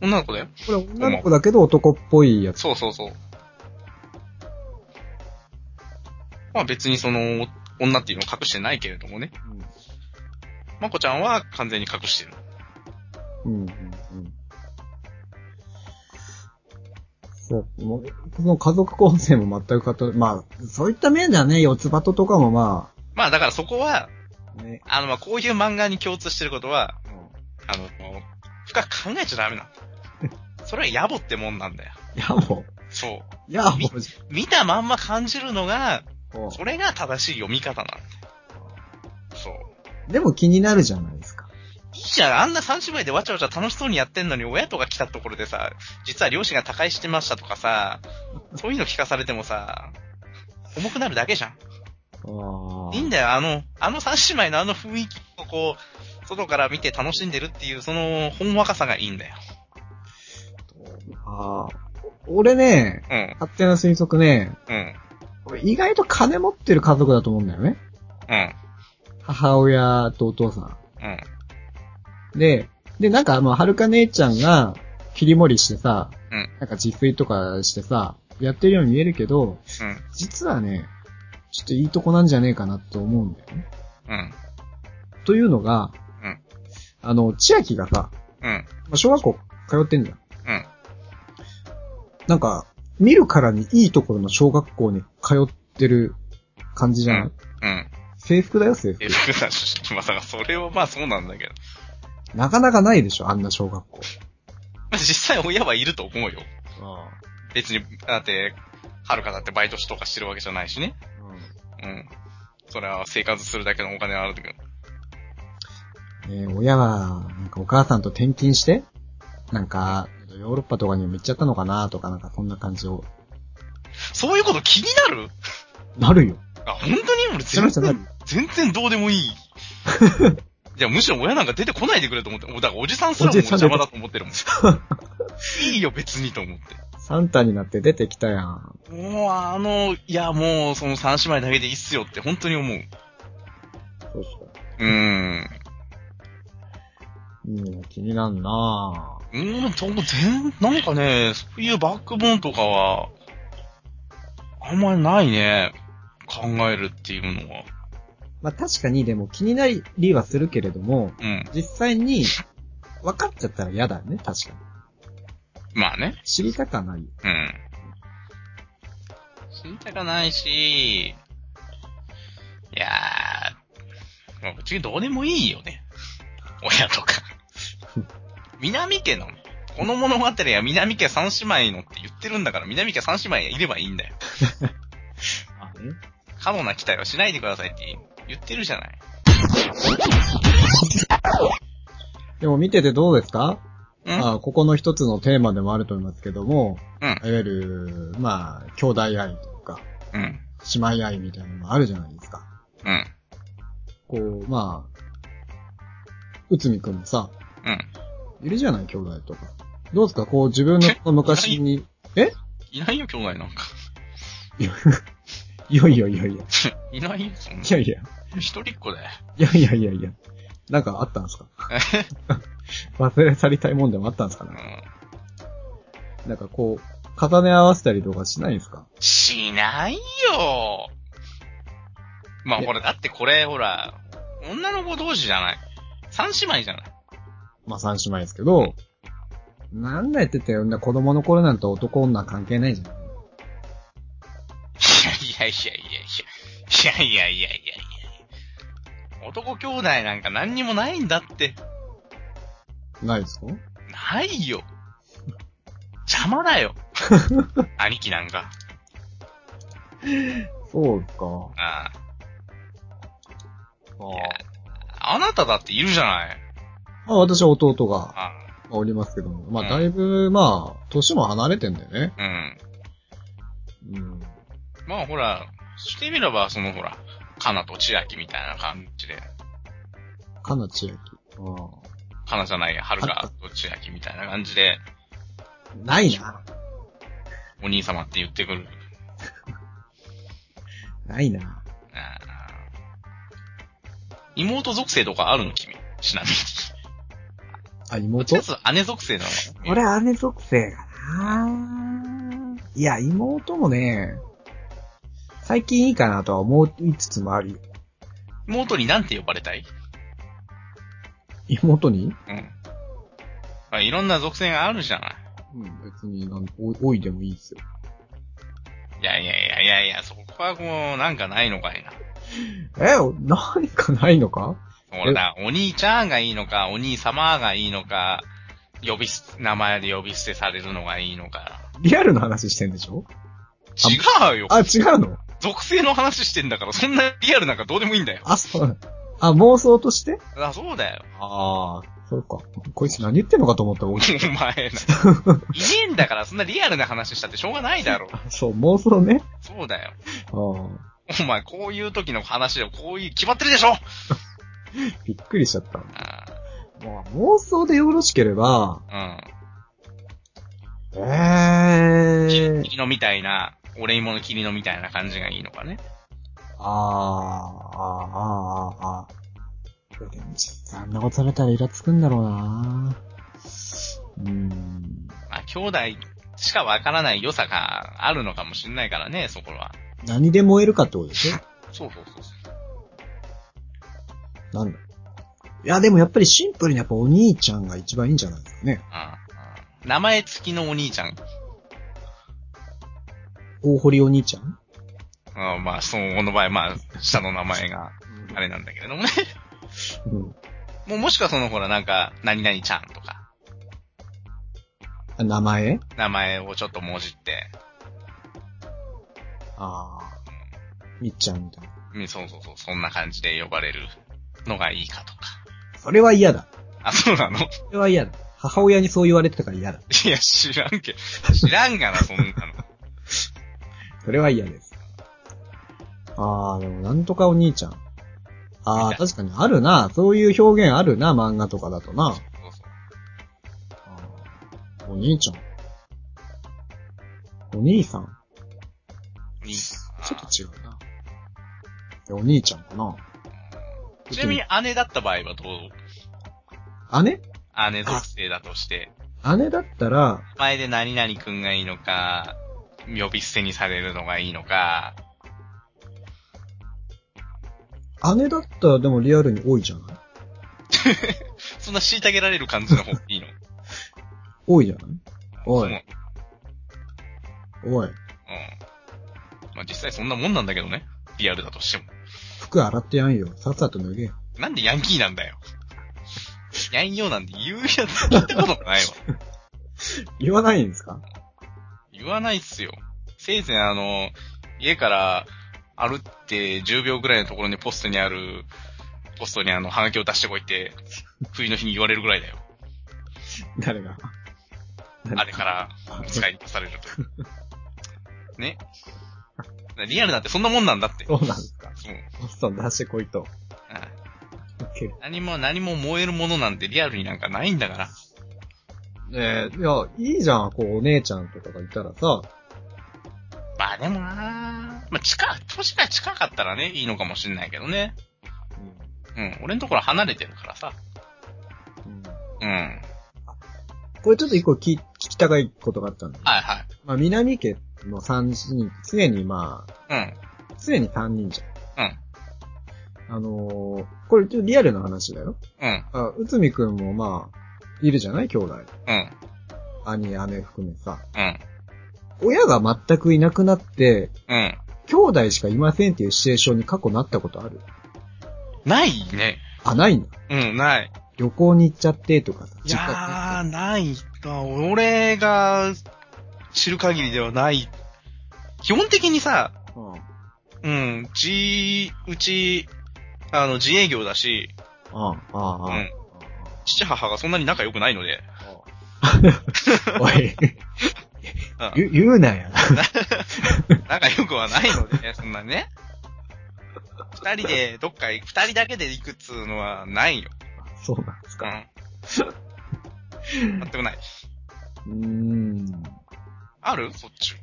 女の子だよ。
これ女の子だけど男っぽいやつ。
そうそうそう。まあ別にその、女っていうのを隠してないけれどもね。まこちゃんは完全に隠してる。
うんうんうんそう、もう、その家族構成も全く語る。まあ、そういった面ではね、四つ葉ととかもま
まあだからそこは、
あ、ね。
あのまあこういう漫画に共通してることは、あの、もう深く考えちゃダメ なの。それは野暮ってもんなんだよ。
いや、も、
そう
いや、も
う。見たまんま感じるのが、
う、も
それが正しい読み方なんだよ。そう。
うでも気になるじゃないですか。
いいじゃん。あんな三姉妹でわちゃわちゃ楽しそうにやってんのに、親とか来たところでさ、実は両親が他界してましたとか さ、そういうの聞かされてもさ、重くなるだけじゃん。
あ
いいんだよ。あの、あの三姉妹のあの雰囲気をこう、外から見て楽しんでるっていう、その、ほんわかさがいいんだよ。
ああ。俺ね、
うん、
勝手な推測ね、
うん、
俺意外と金持ってる家族だと思うんだよね。
うん、
母親とお父さ
う
ん。
ん、
で、で、なんか、まあ、はるか姉ちゃんが切り盛りしてさ、
うん
なんか自炊とかしてさ、やってるように見えるけど、
うん、
実はね、ちょっといいとこなんじゃねえかなと思うんだよね。
うん、
というのが、
うん
あの、千秋がさ、
うん、
まあ小学校通ってんじゃん。
うん。
なんか、見るからにいいところの小学校に通っってる感じじゃない、
うん。
制服だよ、制服
え、。福さん、正直まさか、それはまあそうなんだけど。
なかなかないでしょ、あんな小学校。
まあ実際親はいると思うよ。別に、だって、はるかだってバイトしとかしてるわけじゃないしね。うん。それは生活するだけのお金はあるけど。
ねえ親が、なんかお母さんと転勤して、なんか、ヨーロッパとかにも行っちゃったのかなとか、なんかそんな感じを、
そういうこと気になる
なるよ。
あ、本当に俺
その
全
人な
然
る、
全然どうで もいい。いや、むしろ親なんか出てこないでくれと思って、もうだからおじさんすらもう
おじさん
邪
出て
魔だと思ってるもん。 いいよ、別にと思って。
サンタになって出てきたやん。
もう、あの、いや、もう、その三姉妹だけでいいっすよって、本当に思う。
そうそう。
うーん。
うん、気になんなぁ。
うーん、と、全、なんかね、そういうバックボーンとかは、あんまりないね。考えるっていうのは。
まあ確かにでも気になりはするけれども、
うん。
実際に分かっちゃったら嫌だよね、確かに。
まあね。
知りたかないよ。
うん。知りたかないし、いやー、まあ、ぶっちゃけどうでもいいよね。親 とか。南家の、この物語は南家三姉妹のって言ってるんだから、南家三姉妹いればいいんだよ。
あね。
過度な期待はしないでくださいって言ってるじゃない。
でも見ててどうですか
うん
あここの一つのテーマでもあると思いますけども、
うん
いわゆる、まあ、兄弟愛とか、
うん。
姉妹愛みたいなのもあるじゃないですか。
うん。
こう、まあ、うつみくんもさ、
うん。
いるじゃない、兄弟とか。どうですかこう、自分のこの昔 に、え
いないよ、兄弟なんか。
いやいやいやいや。
いないよ、そんな。
いやいや。
一人っ子だよ。
いやいやいやいや。なんかあったんです か忘れ去りたいもんでもあったんですか
う
ね
ん
なんかこう、重ね合わせたりとかしないんですか
しないよまあ
いや
ほら、だってこれほら、女の子同士じゃない三姉妹じゃない
まあ三姉妹ですけど、なんだ言ってたよ。な子供の頃なんて男女関係ないじゃん。
いやいやいやいやいや。いやいやいやいやいや。男兄弟なんか何にもないんだって。
ないですか
ないよ。邪魔だよ。兄貴なんか。
そうか。
あ
あ
ああなただっているじゃない。
まあ私は弟が
あ
まあおりますけども、ま
うん
あだいぶ、まあ、年も離れてんだよね。
あうん。
うん。
まあほら、してみればそのほら、かなと千秋みたいな感じで。
かな千秋。あ
花じゃないや、春がどっちやきみたいな感じで、
あ。ないな。
お兄様って言ってくる。
ないな。
あー妹属性とかあるの君ちなみに。
あ、
どっ
妹
ちかっていうと姉属性なの
俺は姉属性かないや、妹もね、最近いいかなとは思いつつもあり、
妹になんて呼ばれたい
妹に
うん。まあ、いろんな属性があるじゃない。
うん、別になんお、おいでもいいですよ。
いやいやいやいやいや、そこはこう、なんかないのかいな。
え、何かないのか
ほらな、お兄ちゃんがいいのか、お兄様がいいのか、呼びす、名前で呼び捨てされるのがいいのか。
リアルな話してんでしょ
違うよ
あ、違うの
属性の話してんだから、そんなリアルなんかどうでもいいんだよ。
あ、そう。あ、妄想として
あ、そうだよ。
ああ。そうか。こいつ何言ってんのかと思った
お
俺。
前な。いねえんだから、そんなリアルな話したってしょうがないだろ。
あそう、妄想ね。
そうだよ。
あ
お前、こういう時の話をこういう、決まってるでしょ
あ。びっくりしちゃった。
あ
まあ、妄想でよろしければ、
あ
ええ
うん。
ー。
キリノみたいな、お礼物のキリノみたいな感じがいいのかね。
あー、あー、あー、あー。でも実際あんなことされたらイラつくんだろうなうーん。
まあ、兄弟しかわからない良さがあるのかもしんないからね、そこは。
何で燃えるかってことでしょ
そうそうそうそう。
なんだいや、でもやっぱりシンプルにやっぱお兄ちゃんが一番いいんじゃないですかね。
ああ名前付きのお兄ちゃん。
大堀お兄ちゃん
あまあ、そのの場合、まあ、下の名前が、あれなんだけれどもね。
うん。
もうもしくはその、ほら、なんか、何々ちゃんとか、
あ名前
名前をちょっともじって、
ああ。みっちゃんみたいな。
うんそうそうそう、そんな感じで呼ばれるのがいいかとか。
それは嫌だ。
あ、そうなの
それは嫌だ。母親にそう言われてたから嫌だ。
いや、知らんけど。知らんがな、そんなの。
それは嫌です。あー、でもなんとかお兄ちゃん。あー、確かにあるな。そういう表現あるな、漫画とかだとな。
そうそう
あーお兄ちゃん。お兄さん
いい
ちょっと違うな。いやお兄ちゃんかな。
ちなみに姉だった場合はどう
姉
姉属性だとして、
姉だったら、
前で何々くんがいいのか、呼び捨てにされるのがいいのか、
姉だったらでもリアルに多いじゃない
そんな虐げられる感じの方がいいの
多いじゃないおい
そう
おい、
うん。まあ、実際そんなもんなんだけどね。リアルだとしても。
服洗ってやんよ。さっさと脱げよ。
なんでヤンキーなんだよ。ヤンヨーなんて言うやつ聞いたことないわ。
言わないんですか
言わないっすよ。せいぜいあの、家から歩って10秒ぐらいのところにポストにある、ポストにあの、ハガキを出してこいって、冬の日に言われるぐらいだよ。
誰が。
あれから、使いに出されるという。ね。リアルなんてそんなもんなんだって。
そうなんですか。
そう
ポストに出してこいと。
はい
ウケる。
何も、何も燃えるものなんてリアルになんかないんだから。
ねえ、いや、いいじゃん。こう、お姉ちゃんとかがいたらさ、
まあでもなまあ近、年が近かったらね、いいのかもしれないけどね。うん、俺のところ離れてるからさ。
うんうん
うん。はい
これちょっと一個聞き聞きたいことがあったんだけど。
は
まあ、南家の三人、常にまあ、
い。うん。
常に三人じゃん。
うん。
あのー、これちょっとリアルな話だよ。
うん。
あ、うつみくんもまあ、いるじゃない兄弟。
うん。
兄、姉含めさ。
うん。
親が全くいなくなって、
うん。
兄弟しかいませんっていうシチュエーションに過去なったことある
ないね。
あ、ないんだ。
うん、ない。
旅行に行っちゃってとかさ。
いやー、ないか。俺が知る限りではない。基本的にさ、
うん。うん。
うん、じ、うち、あの、自営業だし、
ああ、ああ。
うん父母がそんなに仲良くないので、
おい。
うん
言言うなよ。
仲良くはないので、そんなね。 二人でどっか行く、二人だけで行くっつうのはないよ。
そうなんですか。
うん。全くない。
うーん。
あるそっちも。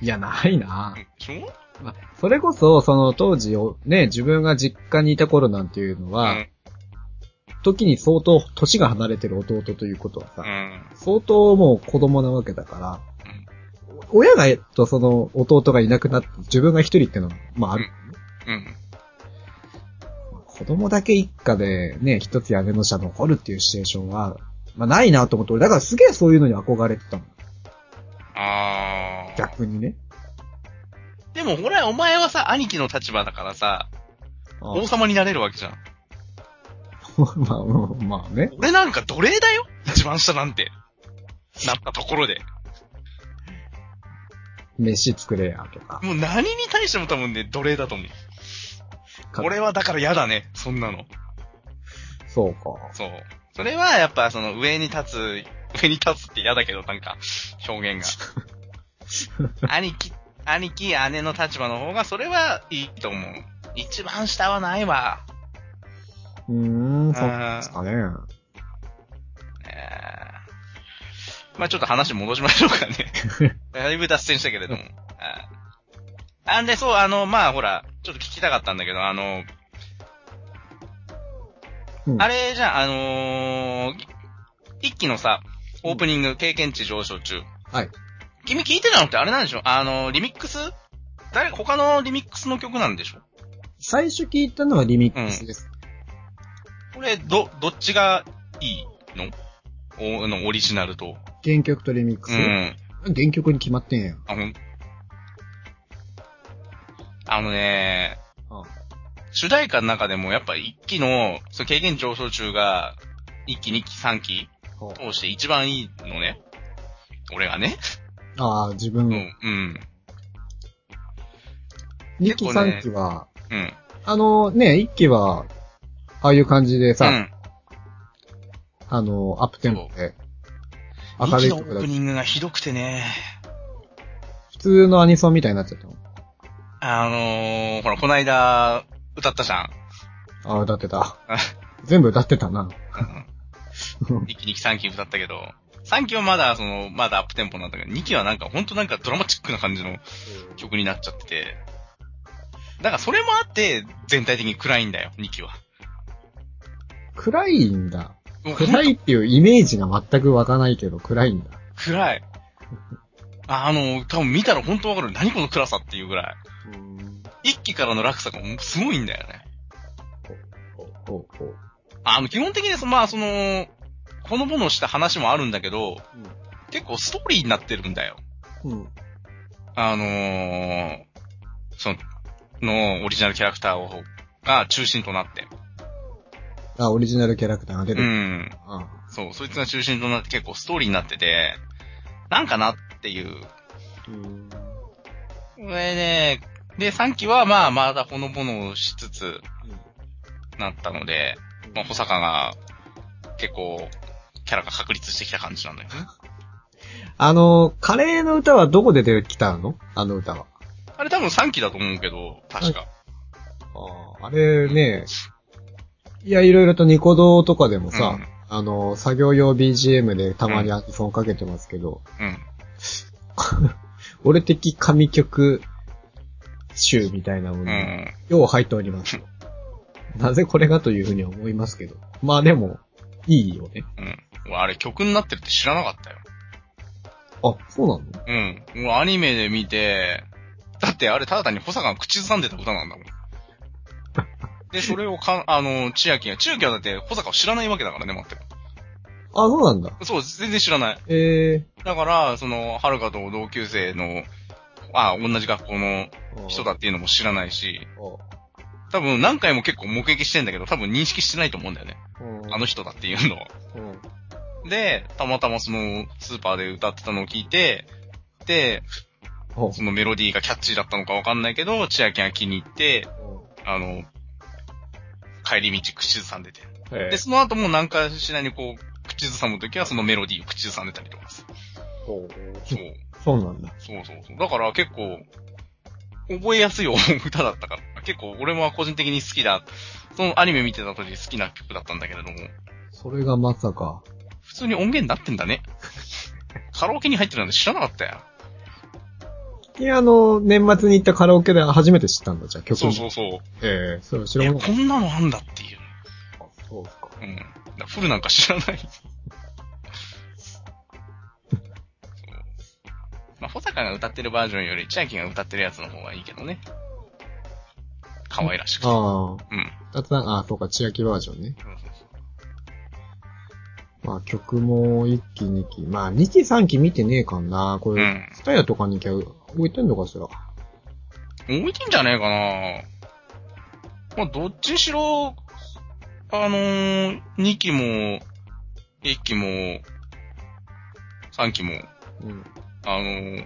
いや、ない
うん
な。
でしょ
まあ、それこそ、その当時を、ね、自分が実家にいた頃なんていうの
う
は、
ん。
時に相当、年が離れてる弟ということはさ、
うん。
相当もう子供なわけだから、お親が、えっと、その、弟がいなくなって、自分が一人ってのは、まあある。
うん。
まあ子供だけ一家で、ね、一つ屋根の下残るっていうシチュエーションは、まあないなと思って、俺、だからすげえそういうのに憧れてたの。
あー。
逆にね。
でもほら、お前はさ、兄貴の立場だからさ、
あ
王様になれるわけじゃん。
まあ、うんまあね。
俺なんか奴隷だよ一番下なんて。なったところで。
飯作れや、とか。
もう何に対しても多分ね、奴隷だと思う。俺はだから嫌だね、そんなの。
そうか。
そう。それはやっぱその上に立つ、上に立つって嫌だけど、なんか、表現が。兄貴、兄貴、姉の立場の方が、それはいいと思う。一番下はないわ。
うーん、そう
あー
ですかね。
えーまあちょっと話戻しましょうかね。 だいぶ脱線したけれども。あーあんで、そう、あの、まあほら、ちょっと聞きたかったんだけど、あの、
うん
あれじゃあ、あのー一期のさ、オープニング、経験値上昇中。
はい。
君聞いてたのってあれなんでしょあの、リミックス誰、他のリミックスの曲なんでしょ
最初聞いたのはリミックスです。
これ、ど、どっちがいいのお、あの、オリジナルと。
原曲とリミック
う
ス。
ん。
原曲に決まってんやん。
あ、ほん。あのね、
あ
主題歌の中でもやっぱ一期の、そう経験上昇中が、一期、二期、三期
ほう
通して一番いいのね。俺がね。
ああ、自
う
分、
ん、うん、
2期
結構ね
3期は、
うん。
あのね、1期は、ああいう感じでさ、
うん。
あの、アップテンポで、明
二
る
期
い
のオ
曲
ー
だ
プ
け
ニングがひどくてね。
普通のアニソンみたいになっちゃったの。
あのー、ほら、こないだ、歌ったじゃん。
ああ、歌ってた。全部歌ってたな。
うん一気に3期歌ったけど、3期はまだ、その、まだアップテンポなんだけど、2期はなんか、ほんとなんかドラマチックな感じの曲になっちゃってて、だからそれもあって、全体的に暗いんだよ、2期は。
暗いんだ。
もうほんと
暗いっていうイメージが全く湧かないけど、暗いんだ。
暗い。ああの、多分見たらほんとわかる。何この暗さっていうぐらい。1期からの落差がもうすごいんだよね。
ほうほう。
あの、基本的にその、まあその、ほのぼのした話もあるんだけ
う
ど、
ん
結構ストーリーになってるんだよ。
うん。
あのー、その、のオリジナルキャラクターを、が中心となって。
あ、オリジナルキャラクターが出
う
てる。
ん。
ああ
そう、そいつが中心となって結構ストーリーになってて、なんかなっていう。
うん
これね、で、3期はまあ、まだほのぼのしつつなったので、まあ、保坂が結構、キャラが確立してきた感じなんだよね。
あの、カレーの歌はどこで出てきたのあの歌は。
あれ多分3期だと思うけど、確か。
あれね、いや、いろいろとニコ動とかでもさ、
うん
あの、作業用 BGM でたまにアニソンかけてますけど、
うん。
俺的神曲集みたいなもの
う
が、
ん。
よう入っております。なぜこれがというふうには思いますけど。まあでも、いいよね。
うん。俺あれ曲になってるって知らなかったよ。
あ、そうなの
うん。もうアニメで見て、だってあれただ単に保坂が口ずさんでた歌なんだもん。で、それをか、あの、千秋が、千秋はだって保坂を知らないわけだからね、待って
あ、そうなんだ。
そう、全然知らない。
え
だから、その、はるかと同級生の、あ同じ学校の
ー。
人だっていうのも知らないし、
あー。
多分何回も結構目撃してんだけど、多分認識してないと思うんだよね。
うん
あの人だっていうのを。
うん
で、たまたまその、スーパーで歌ってたのを聞いて、で、
うん
そのメロディーがキャッチーだったのかわかんないけど、千秋が気に入って、あの、帰り道口ずさんでて。
え
で、その後も何かしらにこう、口ずさむときはそのメロディーを口ずさんでたりとかする。
ー
そ
そ
う。
うなんだ。
そうそうそう。だから結構、覚えやすい 歌だったから。結構俺も個人的に好きだ。そのアニメ見てた時好きな曲だったんだけれども、
それがまさか。
普通に音源になってん だね。カラオケに入ってるなんて知らなかったよ。
いや、あの、年末に行ったカラオケで初めて知ったんだ、じゃあ曲
そう
う。
そうそう。
ええそれは知
い
ら
や、
なか
こ
っ
んなのあんだっていう。
た。そうですか。
うん。だからフルなんか知らない。そうまあ、保坂が歌ってるバージョンより、千秋が歌ってるやつの方がいいけどね。可愛らしくて。
あ
うん。
あ、だってなんかあ、そうか、千秋バージョンね。
そうそうそう
まあ曲も1期2期。まあ2期3期見てねえかな。こ
うん
れ、スタヤとかにきゃ置いてんのかしら。
置いてんじゃねえかなまあ、どっちにしろ、あのー、2期も、1期も、3期も、
うん。
あのー、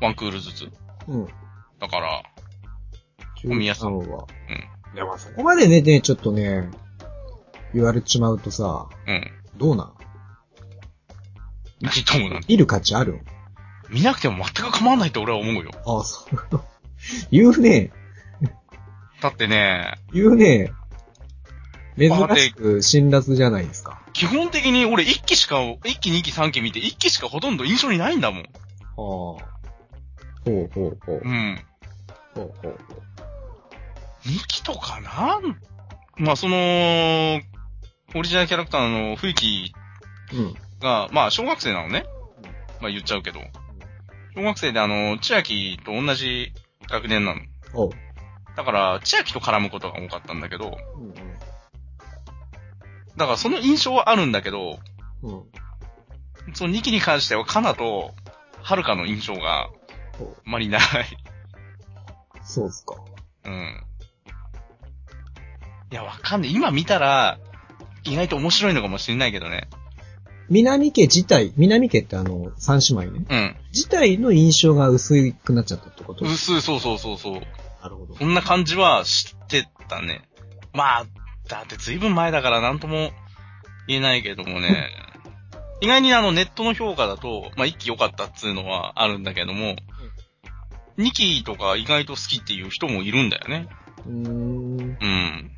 ワンクールずつ。
うん。
だから、宮
宮
さ
さ
ん
んは。いやまあそこまでね、ね、ちょっとね、言われちまうとさ、
うん。
どうなん
何ともなん
見る価値ある
見なくても全く構わないと俺は思うよ。
ああ、そう。 言うね
だってね、
言うね珍しく辛辣じゃないですか。
基本的に俺1期しか、1期2期3期見て1期しかほとんど印象にないんだもん。
ああ。ほうほうほう
う。ん。
ほうほうほう。
2期とかなんまあその、オリジナルキャラクターの雰囲気
うん。
が、まあ小学生なのね
うん。
まあ言っちゃうけど。小学生であの、千秋と同じ学年なの。
おう。
だから、千秋と絡むことが多かったんだけど、
うん
だからその印象はあるんだけど、
うん。うん。
その2期に関しては、カナと、はるかの印象が、あまりない。
そうっすか。
うん。いや、わかんない。今見たら、意外と面白いのかもしれないけどね。
南家自体、南家ってあの、三姉妹ね。
うん。
自体の印象が薄くなっちゃったってこと
うっすそうそうそうそう。
なるほど
そ。んな感じは知ってたね。まあ、だって随分前だからなんとも言えないけども ね。意外にあのネットの評価だと、まあ一期良かったっつうのはあるんだけども、二期とか意外と好きっていう人もいるんだよね。
うーん。
うん。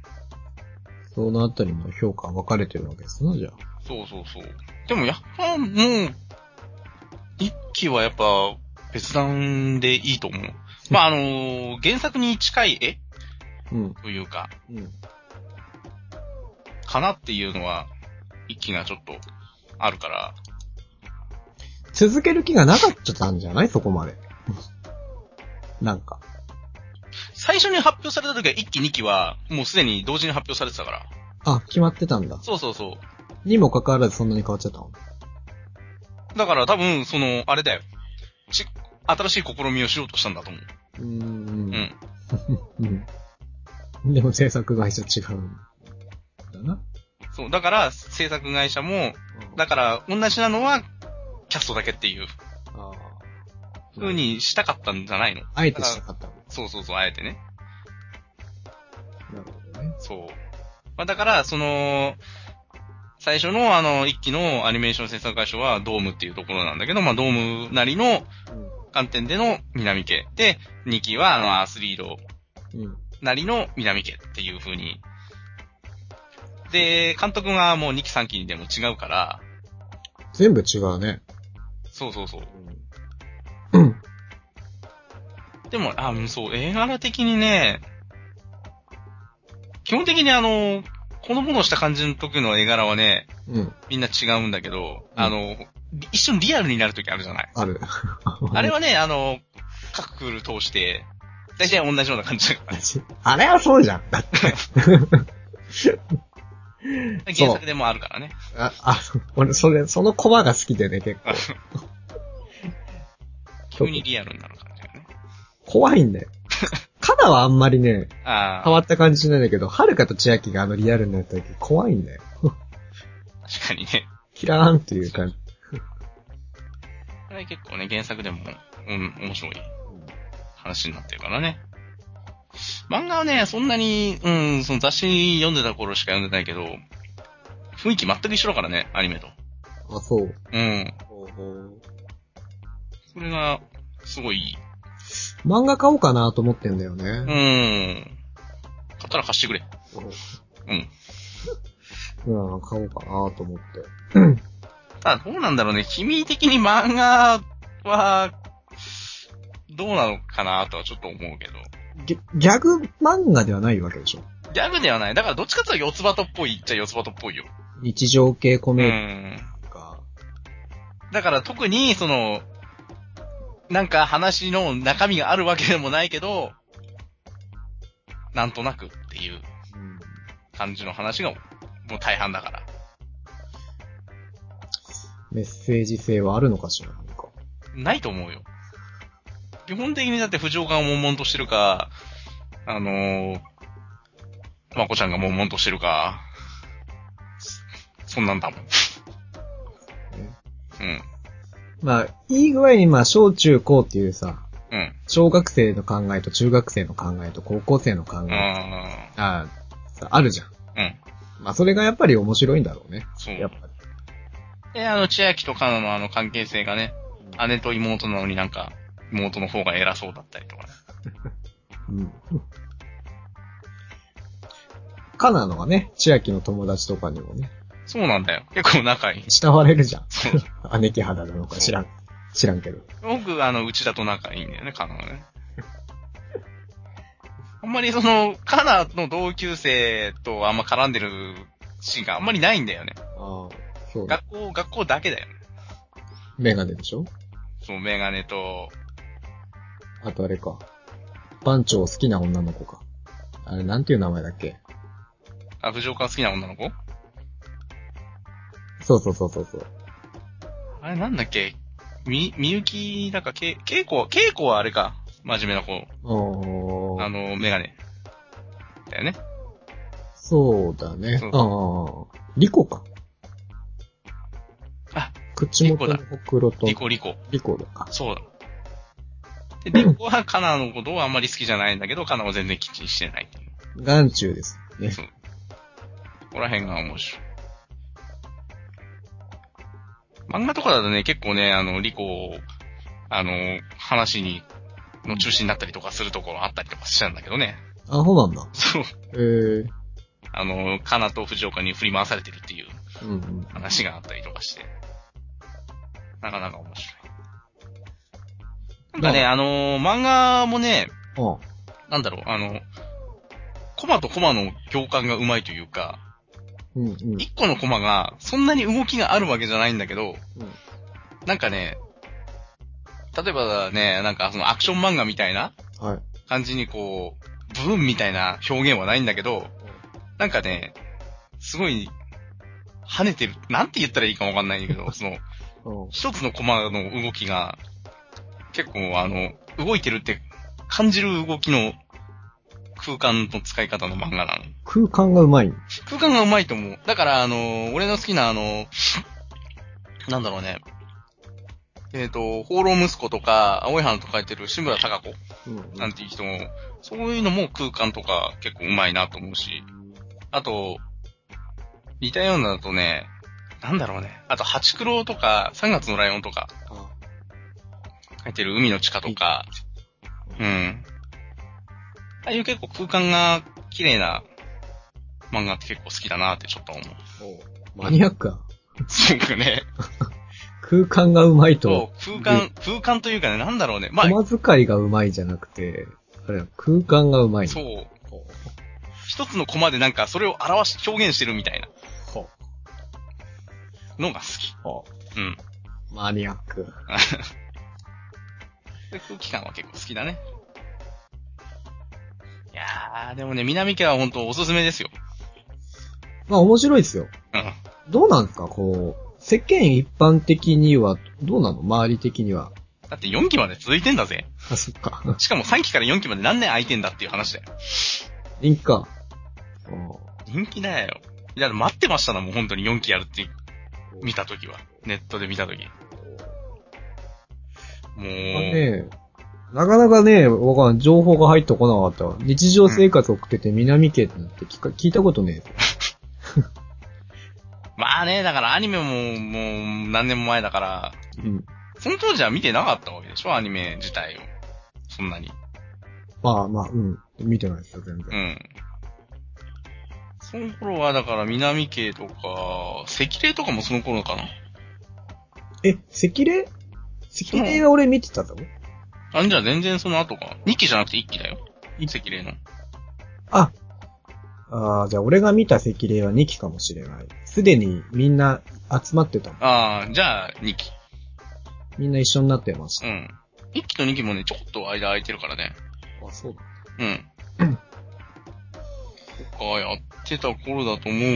そのあたりも評価分かれてるわけですな、じゃあ。
そうそうそう。でもやっぱもう、一期はやっぱ別段でいいと思う。まああの、原作に近い絵
うん。
というか、
うん。
かなっていうのは、一気がちょっとあるから。
続ける気がなかったんじゃないそこまで。 なんか。
最初に発表された時は一期二期は、もうすでに同時に発表されてたから。
あ、決まってたんだ。
そうそうそ
にもかかわらずそんなに変わっちゃったの
う。だから多分、その、あれだよ。ち、新しい試みをしようとしたんだと思う。
うーん
ん。
うん。でも制作会社違うんだな。
そう。だから、制作会社も、だから、同じなのは、キャストだけっていう
あー
風。にしたかったんじゃないの
あえてしたかったの。
そうそうそう、あえてね。
なるほどね。
そう。まあだから、その、最初のあの、一期のアニメーション制作会社はドームっていうところなんだけど、まあドームなりの観点での南家。で、2期はあの、アスリート
うん。うん。
なりの南家っていう風に。で、監督がもう2期3期でも違うから、
全部違うね。
そうそうそう。
うん。
でも、あ、うんそう、絵柄的にね、基本的にあの、このものした感じの時の絵柄はね、
うん。
みんな違うんだけど、
うん
あの、り一瞬リアルになる時あるじゃない。
ある。
あれはね、あの、各クール通して、大体同じような感じだか
あれはそうじゃん。だって。
ら。原作でもあるからね。
あ、あ、俺、それ、そのコマが好きでね、結構。
急にリアルになる感じだよね。
怖いんだよ。カナはあんまりね、
あ
変
あ、
わった感じしないんだけど、はるかと千秋があのリアルになった時怖いんだよ。
確かにね。
キラーンっていう感じ。
あれ結構ね、原作でも、うん、面白い話になってるからね。漫画はね、そんなに、うん、その雑誌読んでた頃しか読んでないけど、雰囲気全く一緒だからね、アニメと。
あ、そう。
うん。それが、すごいいい。
漫画買おうかなと思ってんだよ
う
ね。
ん。買ったら貸してくれ。うん。
うん、買おうかなと思って。
ただ、どうなんだろうね。君的に漫画は、どうなのかなとはちょっと思うけど。
ギギャグ漫画ではないわけでしょ。
ギャグではない。だから、どっちかっていうと四つ葉とっぽいっちゃ四つ葉とっぽいよ。
日常系コ
う
メ
ん。
ディか。
だから特に、その、なんか話の中身があるわけでもないけど、なんとなくっていう
うん
感じの話がもう大半だから。
メッセージ性はあるのかしらなんか。
ないと思うよ。基本的にだって不条が悶々としてるか、あのー、まこちゃんが悶々としてるか、そそんなんだもん。うん。
まあ、いい具合にまあ、小中高っていうさ、
うん。
小学生の考えと中学生の考えと高校生の考
う
え、
ん。
あさあるじゃん。
うん。
まあ、それがやっぱり面白いんだろうね。
そう。
やっぱり。
で、あの、千秋とカナのあの関係性がね、姉と妹なのになんか、妹の方が偉そうだったりとかね。
うん。カナのがね、千秋の友達とかにもね、
そうなんだよ。結構仲いい。
慕われるじゃん。
そう。
姉貴肌なのか知らん。知らんけど。
僕、あの、内田と仲いいんだよね、カナはね。あんまりその、カナの同級生とあんま絡んでるシーンがあんまりないんだよね。
ああ、そうだ。
学校、学校だけだよね。
メガネでしょ
そう、メガネと、
あとあれか。番長好きな女の子か。あれ、なんていう名前だっけ
あ、藤岡が好きな女の子
そうそうそうそうそう。
あれなんだっけみ、みゆき、だか、け、けいこ、けいこはあれか。真面目な子。
お
あの、メガネ。だよね。
そうだね。
そう
ああ。リコか。
あ、
口元のほくろと。
リコリコ。
リコだか。
そうだ。で、リコはカナのことをあんまり好きじゃないんだけど、カナは全然きっちりしてないっていう。
眼中です。ね。
そう。ここら辺が面白い。漫画とかだとね、結構ね、あの、リコ、あの、話に、の中心になったりとかするところあったりとかしちゃうんだけどね。
あ、そうなんだ。
そう。
ええー。
あの、カナと藤岡に振り回されてるっていう
うんうん。
話があったりとかして。なかなか面白い。なんかね、あの漫画もね、
あ
なんだろう、あの、コマとコマの共感がうまいというか、
うんうん。
一個のコマが、そんなに動きがあるわけじゃないんだけど、
うん
なんかね、例えばね、なんかそのアクション漫画みたいな
はい。
感じにこう、ブーンみたいな表現はないんだけど、なんかね、すごい、跳ねてる。なんて言ったらいいかわかんないんだ けど、その、
うん
一つのコマの動きが、結構あの、動いてるって感じる動きの空間の使い方の漫画なの。
空間がうまい。
空間がうまいと思う。だから、あの、俺の好きな、あの、なんだろうね。えっ、と、放浪息子とか、青い花とか書いてる志村貴子
うん、う
なんていう人も、そういうのも空間とか結構うまいなと思うし。あと、似たようなのだとね、なんだろうね。あと、ハチクロとか、3月のライオンとか、
あ
書いてる海の地下とか、うん。ああいう結構空間が綺麗な漫画って結構好きだなってちょっと思う。
マニアックか。
そうかね。
空間がうまいと
そ、う、空間、空間というかね、なんだろうね。まあ、
駒使いがうまいじゃなくて、あれは空間がうまい。。
そうう。一つのコマでなんかそれを表し、表現してるみたいな
ほ
のが好き。
ほ
うん。
マニアック。
で空気感は結構好きだね。いやー、でもね、南家は本当おすすめですよ。
まあ面白いですよ。
うん。
どうなんですかこう、世間一般的には、どうなの周り的には。
だって4期まで続いてんだぜ。
あ、そっか。
しかも3期から4期まで何年空いてんだっていう話だよ。
人気か。
人気だよ。いや、待ってましたな、もう本当に4期やるって見たときは。ネットで見たとき。もう、
まあね、なかなかね、わかんない。情報が入ってこなかったわ。日常生活を送ってて南家なんて聞か聞いたことねえぞ。
まあね、だからアニメももう何年も前だから、
うん。
その当時は見てなかったわけでしょアニメ自体を。そんなに。
まあまあ、うん。見てないですよ、全然
う。ん。その頃はだから南系とか、赤霊とかもその頃かな。
え、赤霊赤霊は俺見てたぞ。
あ、じゃあ全然その後か。2期じゃなくて1期だよ。赤霊の。
あ、あーじゃあ俺が見た赤霊は2期かもしれない。すでにみんな集まってたもん。
ああ、じゃあ2期。
みんな一緒になってまし
う
た。
ん。1期と2期もね、ちょっと間空いてるからね。
あ、そうだ。
うん。とかやってた頃だと思う。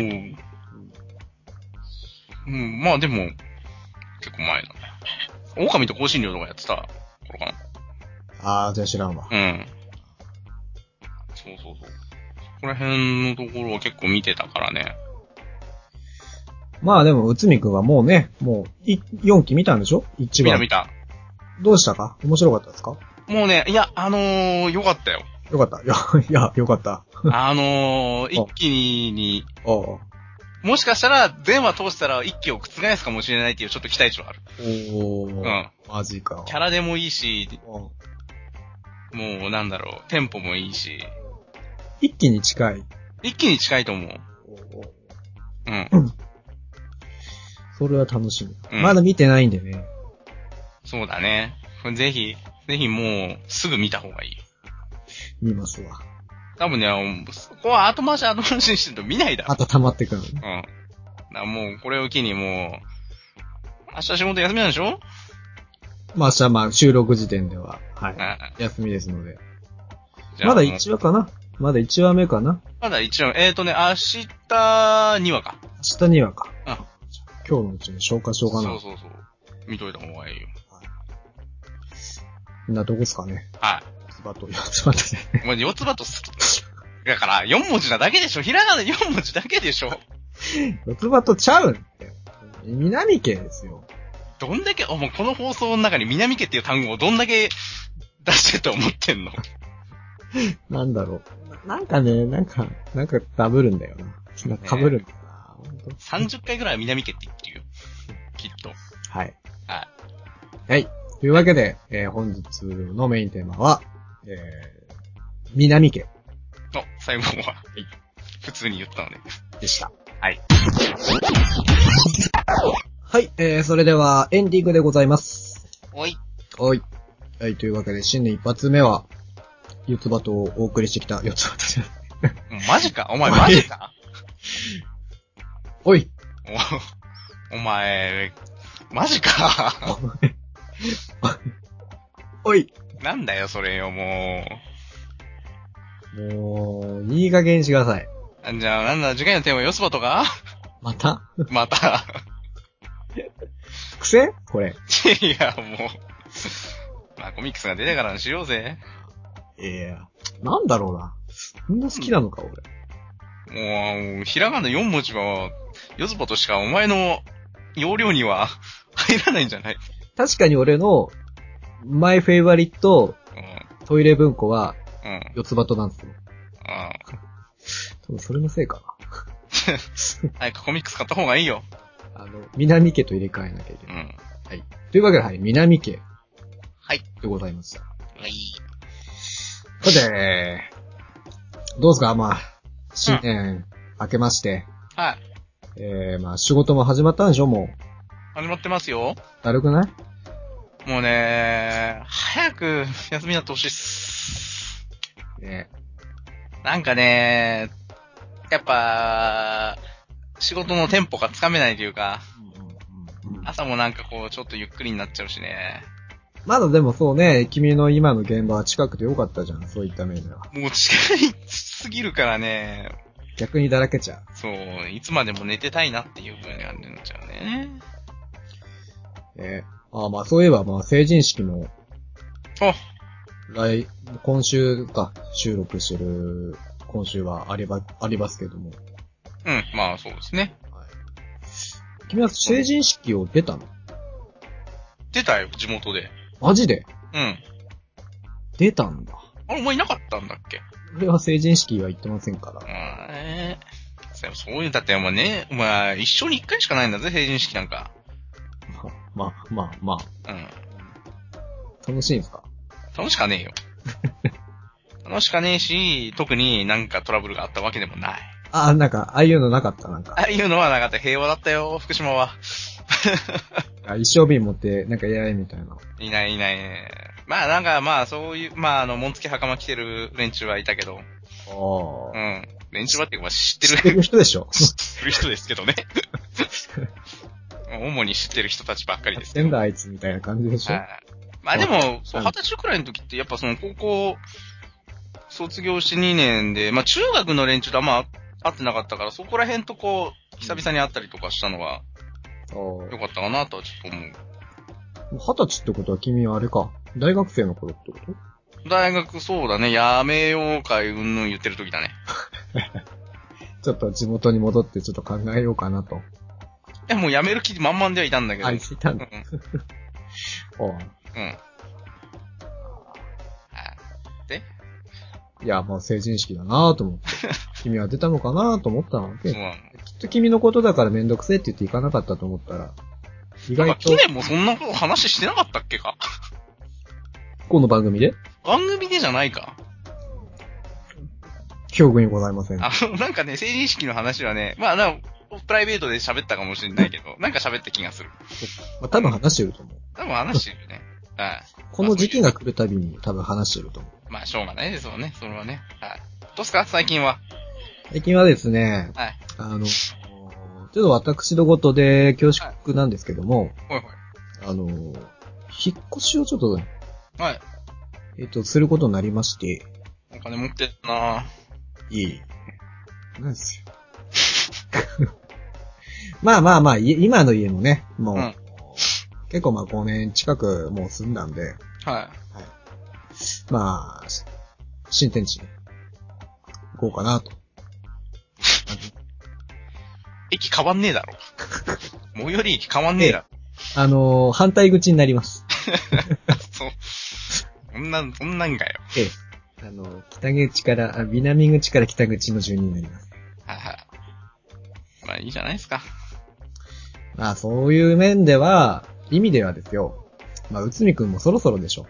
うん、まあでも、結構前だね。狼と香辛料とかやってた頃かな。
あーじゃあ知らんわ。
うん。そうそうそう。ここら辺のところは結構見てたからね。
まあでも、内海くんはもうね、もう、い、4期見たんでしょ一
見た
番
見。た。
どうしたか面白かったですか
もうね、いや、あのー、よかっ たよ。
よかった。いや、いや、よかった。
あのー、一気に、
あお
もしかしたら、全話通したら一気を覆すかもしれないっていうちょっと期待値はある。
お
う
ー、
ん。
マジか。
キャラでもいいし、
うん
もうなんだろう、テンポもいいし、
一気に近い。
一気に近いと思う。うん。
それは楽しみ。
うん
まだ見てないんでね。
そうだね。これぜひ、ぜひもう、すぐ見た方がいい。
見ますわ。
多分ね、あのここは後回し後回しにしてると見ないだろ
また溜まってくる。
うん。だからもう、これを機にもう、明日仕事休みなんでしょ
まあ、明日まあ、収録時点では、はい。
あ
休みですので。
じゃ
ま
あ
だ
もう
1話かなまだ1話目かな
まだ一応、えっ、ー、とね、明日にはか。
明日にはか。
うん
今日のうちに消化しよう
そ
か
う
な。
そうそう。見といた方がいいよ。
みんなどこっすかね
はい。
素晴葉と四つ葉とね。
もう四つ葉と好き。だから、四文字なだけでしょひらがな四文字だけでしょ
四つ葉とちゃうんって。南家ですよ。
どんだけ、おもうこの放送の中に南家っていう単語をどんだけ出してと思ってんの
なんだろう。なんかね、なんか、なんかダブるんだよな。なんか被るんだよな、ほんと
?30 回ぐらいは南家って言ってるよ。きっと。
はい。
は
はい。というわけで、えー本日のメインテーマは、えー南家
と、最後は、普通に言ったので。
でした。
はい。
はい、えー、それではエンディングでございます。
おい。
はい。はい、というわけで、新年一発目は、四つ葉とお送りしてきた、四つ葉とじゃない。
マジかお前マジか
おい
おお前、マジか
おい
なんだよ、それよ、も
もう、いい加減にしてください。
うあ。じゃあ、なんだ、次回のテーマ、よすばとか
また
また。
癖これ。
いや、もう。まあ、コミックスが出てからにしようぜ。
いや、なんだろうな。そんな好きなのか、俺。
もう、ひらがな4文字は、よずぼとしかお前の容量には 入らないんじゃない
確かに俺の、マイフェイバリット
うん、
トイレ文庫は、
うん、うん。
四つ葉となんですよ。多分それのせいか
早くコミックス買った方がいいよ。
な。あの、南家と入れ替えなきゃいけない。
うん。
というわけで、はい、南家。
はい。
でございました。
はい。
さて、どうですかまあ、新年明けまして、
はい。
えー、まあ仕事も始まったんでしょも
始まってますよ。
う。だるくない
もうね、早く休みになってほしいっす。
ね
なんかね、やっぱ、仕事のテンポがつかめないというか、朝もなんかこう、ちょっとゆっくりになっちゃうしね。
まだでもそうね、君の今の現場は近くてよかったじゃん、そういった面では。
もう近いすぎるからね、
逆にだらけちゃう。
そう、いつまでも寝てたいなっていう風に感じになっちゃうね。
えああまあそういえば、まあ成人式も、
あ、
来、今週か、収録してる、今週はありば、ありますけども。
うん、まあそうですね。
君は成人式を出たの
出たよ、地元で。
マジで
うん。
出たんだ。
あれ、お前いなかったんだっけ
俺は成人式は行ってませんから
う。ん、えーそうそういう、だってお前ね、お前、一生に一回しかないんだぜ、成人式なんか。
まあ、まあ、まあ、
うん。
楽しいんですか
楽しかねえよ。楽しかねえし、特になんかトラブルがあったわけでもない。
ああ、なんか、ああいうのなかった、なんか
あ。あいうのはなかった平和だったよ、福島は。
あ一生瓶持って、なんかやれみたいな。
いないいないね。まあなんかまあそういう、まああの、紋付き袴着てる連中はいたけど、
あ
う。ん。連中はっていうかまあ知って
知
る
ってる人でしょ
知ってる人ですけ どね。主に知ってる人たちばっかり
や
で
っ
す
て
け
ん
ど。
だ、あいつみたいな感じでしょ
はいまあでも、そう二十歳くらいの時って、やっぱその高校、卒業して2年で、まあ中学の連中とあんま会ってなかったから、そこら辺とこう、久々に会ったりとかしたのは
あー
良かったかなとはちょっと思う。
二十歳ってことは君はあれか。大学生の頃ってこと
大学そうだね、やめようか、うんぬん言ってる時だね。
ちょっと地元に戻ってちょっと考えようかなと。
いや、もうやめる気満々ではいたんだけど。
あ、いついたん
うん
だ。。 おう
うん。はい
いや、まあ成人式だなぁと思って。君は出たのかなぁと思ったわ
そう
け。きっ
なの。
と君のことだからめんどくせえって言って行かなかったと思ったら、意
なんか、
外
去
と、
年もそんなこと話してなかったっけか
この番組で、
番組でじゃないか。
記憶にございません。
あの、なんかね、成人式の話はね、まあな、プライベートで喋ったかもしれないけど、なんか喋った気がする。
まあ多分話してると思う。
多分話してるよね。はい。
この時期が来るたびに多分話してると思う。
まあ、しょうがないですよね、それはね。はい。どうすか最近は。
最近はですね、
はい
あの、ちょっと私のことで恐縮なんですけども、
ほいほ
あの、引っ越しをちょっと、
い。はい。
えっ、と、することになりまして、
お金持ってんなぁ。
いい。なんですよ。 まあまあまあ、い今の家もね、もう、
うん
結構まあ5年近くもう住んだんで、
は
まあ、新天地、行こうかなと。
駅変わんね えだろ。最寄り駅変わんねえだろ。
あのー反対口になります。
そう。そんな、そんなんかよ。
ええ。あの、北口から、あ南口から北口の住人になります。
はいはい。まあいいじゃないですか。
まあ、そういう面では、意味ではですよ。まあ、内海くんもそろそろでしょ。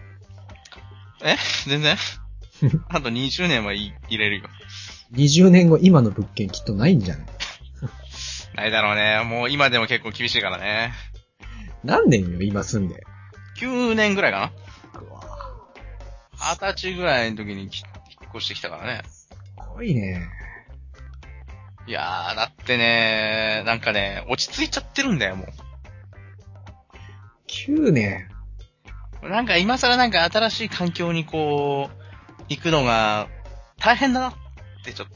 え 全然あと20年はい入れるよ。
20年後、今の物件きっとないんじゃない
ないだろうね。もう今でも結構厳しいからね。
何年よ、今住んで。
9年ぐらいかな
うわぁ
二十歳ぐらいの時にき引っ越してきたからね。
すごいね。
いやー、だってね、なんかね、落ち着いちゃってるんだよ、も
9年。
う。なんか今更なんか新しい環境にこう、行くのが大変だなってちょっと。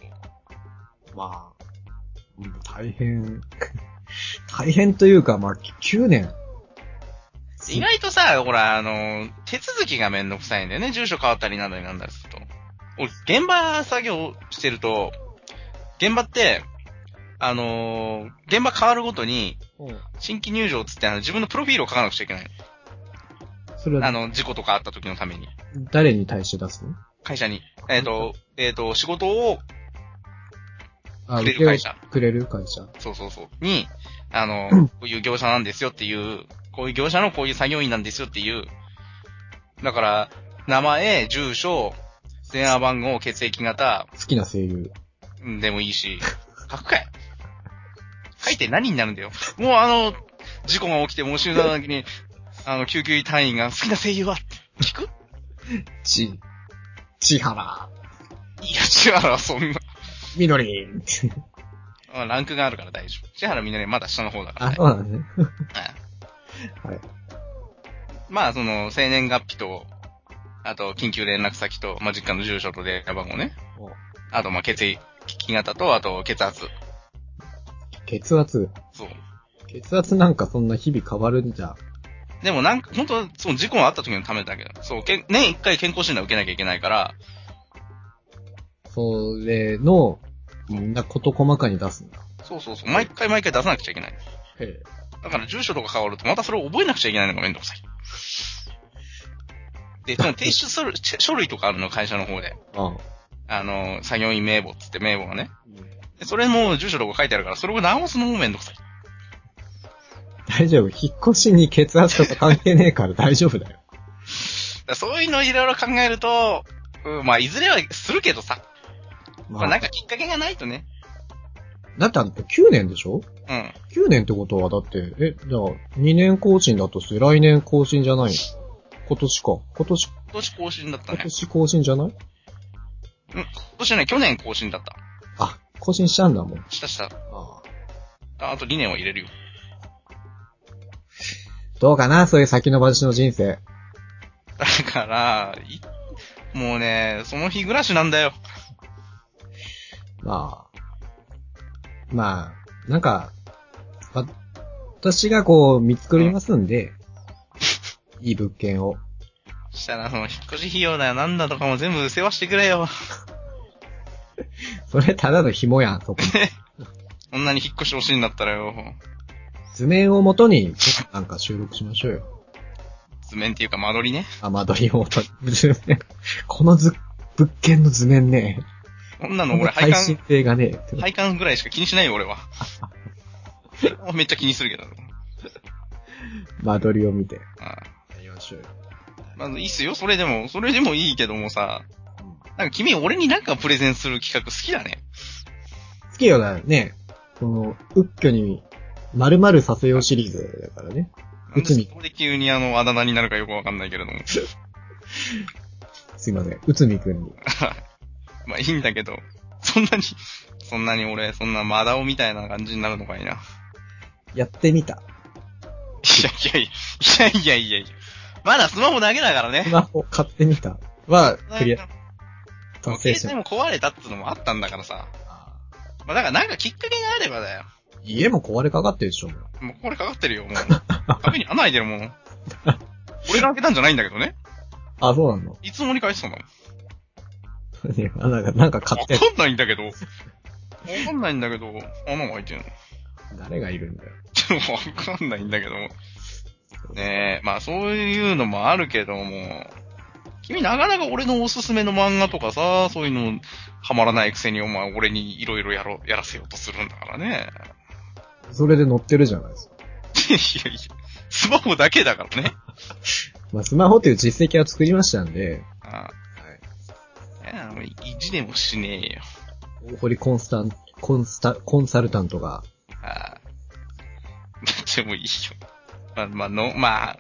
まあ、うん大変。 大変というか、まあ、9年。
意外とさ、ほら、あの、手続きがめんどくさいんだよね。住所変わったりなんだりなんだりすると。俺、現場作業してると、現場って、あのー現場変わるごとに、
うん
新規入場っつって、あの、自分のプロフィールを書かなくちゃいけない
それ
の。あ
は、
の、事故とかあった時のために。
誰に対して出すの
会社に。えっ、と、えっ、と、仕事を、
あ
くれる会社
請け負くれる会社。
そうそうそう、に、あ の
うん、
こういう業者なんですよっていう、こういう業者のこういう作業員なんですよっていう、だから、名前、住所、電話番号、血液型、
好きな声優。
うんでもいいし、書くかい書いて何になるんだよ。もうあの、事故が起きて申し訳ない時に、あの、救急医隊員が好きな声優はって聞く
ち、ちはら、
いや、千原はそんな、
みど り。
あランクがあるから大丈夫。千原みんなね、まだ下の方だから、
あ、
ね
そ。うなんですね。
はい
はい
まあ、その、生年月日と、あと、緊急連絡先と、まあ、実家の住所と電話番号ね。
もう
あと、まあ、血液型と、あと、血圧。
血圧。
そう。
血圧なんかそんな日々変わるんじゃ。
でもなんか、本当その事故があった時のためだけど、そう、けん年一回健康診断受けなきゃいけないから、
それの、みんな事細かに出すんだ。
そうそうそう、毎回毎回出さなくちゃいけない。
へえ。
だから住所とか変わると、またそれを覚えなくちゃいけないのがめんどくさい。で、その提出する ち書類とかあるの、会社の方で。
ああ。
あの、作業員名簿っつって名簿がね。でそれも住所とか書いてあるから、それを直すのもめんどくさい。
大丈夫。引っ越しに血圧とか関係ねえから大丈夫だよ。
だからそういうのいろいろ考えると、うん、まあ、いずれはするけどさ、まあ、なんかきっかけがないとね。
だってあの、9年でしょ
うん。
?9 年ってことはだって、え、じゃあ、2年更新だとして来年更新じゃないの今年か。今年、
今年更新だった
今
ね。
年更新じゃない
今年ね、去年更新だった。
あ、更新しちゃうんだもん。
したした。
ああ。
ああと2年は入れるよ。
どうかなそういう先延ばしの人生。
だから、いもうね、その日暮らしなんだよ。
まあ。まあ、なんか、わ私がこう見つくりますん で、いい物件を。
したら、その、引っ越し費用だよ、なんだとかも全部世話してくれよ。
それただの紐やん、そこ。
こんなに引っ越し欲しいんだったらよ。
図面をもとに、なんか収録しましょうよ。
図面っていうか間取りね。
あ、間取りをもとに。図面この図、物件の図面ね。
こんなの
この
俺、配
配信
管、
性がね。
配管ぐらいしか気にしないよ、 俺は。めっちゃ気にするけど。
間取りを見て。
あ
やりましょうよ。
まあ、いいっすよ、それでも。それでもいいけどもさ。
うん
なんか君、俺になんかプレゼンする企画好きだね。
好きよな、ね。この、うっきょに、〇〇させようシリーズだからね。
なん
内
で
海
そこで急にあの、あだ名になるかよくわかんないけれども。
すいません。うつみくんに。
まあいいんだけど、そんなに、そんなに俺、そんなマダオみたいな感じになるのかいな。い
やってみた。
やいやいや、いやいやいやいや。まだスマホだけだから
ス
ね。
マホ買ってみた。は、クリア、
もう
達成し
携
た。
帯も壊れたっつうのもあったんだからさ。
あー
まあだからなんかきっかけがあればだよ。
家も壊れかかってるでしょ、もう
もう これかかってるよ、もう。壁に穴開いてるもん。俺が開けたんじゃないんだけどね。
あ、そうなんの
いつの間にかいてたんだもん。
いやなんか、なんか買
わ
って、
かんないんだけど。わかんないんだけど、穴が開いてるの。
誰がいるんだよ。
ちょっとわかんないんだけども。ねえ、まあそういうのもあるけども、君なかなか俺のおすすめの漫画とかさ、そういうのハマらないくせにお前俺にいろいろやろ、やらせようとするんだからね。
それで乗ってるじゃないですか。
いやいや、スマホだけだからね。
まあ、スマホっていう実績は作りましたんで、
ああいや、もう意地でもしねえよ。
大堀コンスタン、コンスタ、コンサルタントが、
ああ。でもいいよ。まあ、まあ、の、まあ、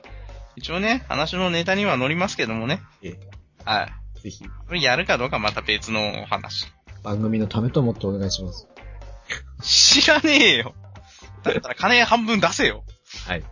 一応ね、話のネタには乗りますけどもね。
ええ
はい。
ぜひ、
これやるかどうかまた別のお話。
番組のためと思ってお願いします。
知らねえよ。だったら金半分出せよ。
はい。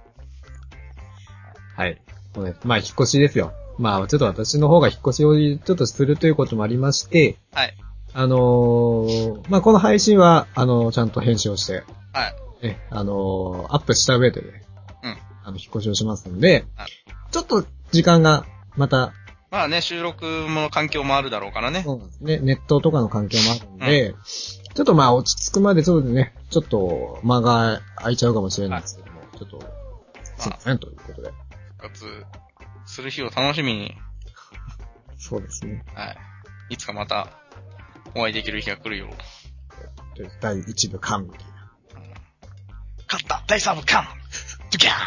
はい。そうですまあ、引っ越しですよ。まあ、ちょっと私の方が引っ越しをちょっとするということもありまして、
はい。
あのーまあ、この配信は、あのーちゃんと編集をして、
はい。
ね、あのーアップした上でね、
うん
あの、引っ越しをしますので
はい、
ちょっと時間が、また、
まあね、収録も環境もあるだろうからね。
そうなんですね、ネットとかの環境もあるんで、ちょっとまあ、落ち着くまでそうでね、ちょっと間が空いちゃうかもしれないですけども、ちょっと、すいません、ということで。
復活する日を楽しみに、
そうですね。
はい。いつかまた、お会いできる日が来るよ。
という第1部完みたいな。
勝った第3部カンドキャーン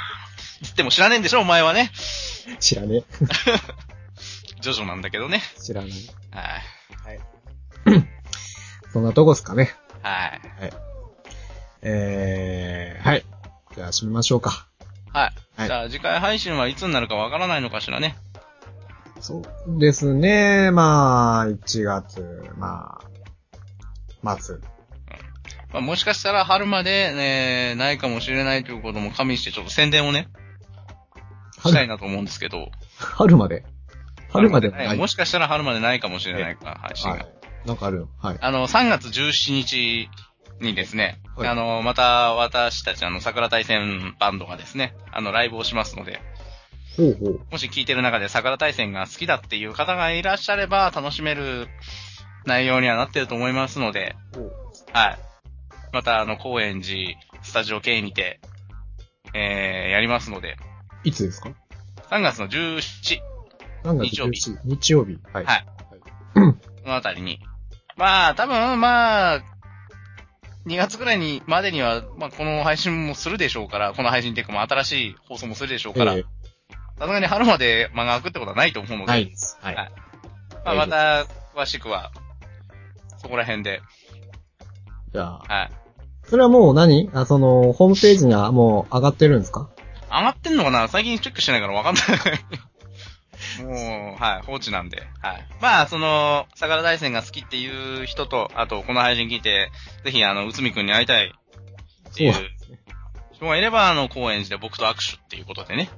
つっても知らねえんでしょお前はね。
知らね
ジョジョなんだけどね。
え。知らない。
はい。
そんなとこっすかね。
はい。
えー、はい。じゃあ、閉めましょうか。
はい。
はい
じゃあ次回配信はいつになるかわからないのかしらね。
そうですね。まあ、1月、まあ、末。
まあ、もしかしたら春まで、ね、ないかもしれないということも加味してちょっと宣伝をね、したい
春
なと思うんですけど。
春まで。春まで
春ないもしかしたら春までないかもしれないから、配信
は
が。
い。なんかあるのはい。
あの、3月17日にですね、
はい
あの、また私たちあの、桜大戦バンドがですね、あの、ライブをしますので、
ほうほう。
もし聞いてる中で桜大戦が好きだっていう方がいらっしゃれば、楽しめる内容にはなってると思いますので、はい。また、あの、高円寺、スタジオ系にて、えー、やりますので、
いつですか
3月の17、
何月17日曜日。はい。
はいこのあたりに。まあ、多分、まあ、2月くらいに、までには、まあ、この配信もするでしょうから、この配信っていうか、まあ、新しい放送もするでしょう
え
から、
ー
さすがに春まで間が空くってことはないと思うので、
ないです。はい
はい。まあ、また、詳しくは、そこら辺で、
じゃあ、
はい。
それはもう何あ、その、ホームページにはもう上がってるんですか
上がってんのかな最近チェックしてない からわかんない。もう、はい、放置なんで。はい。まあ、その、桜大戦が好きっていう人と、あと、この配信聞いて、ぜひ、あの、内海くんに会いたいっていう
そうなん
人がいれば、あの、高円寺で僕と握手っていうことでね。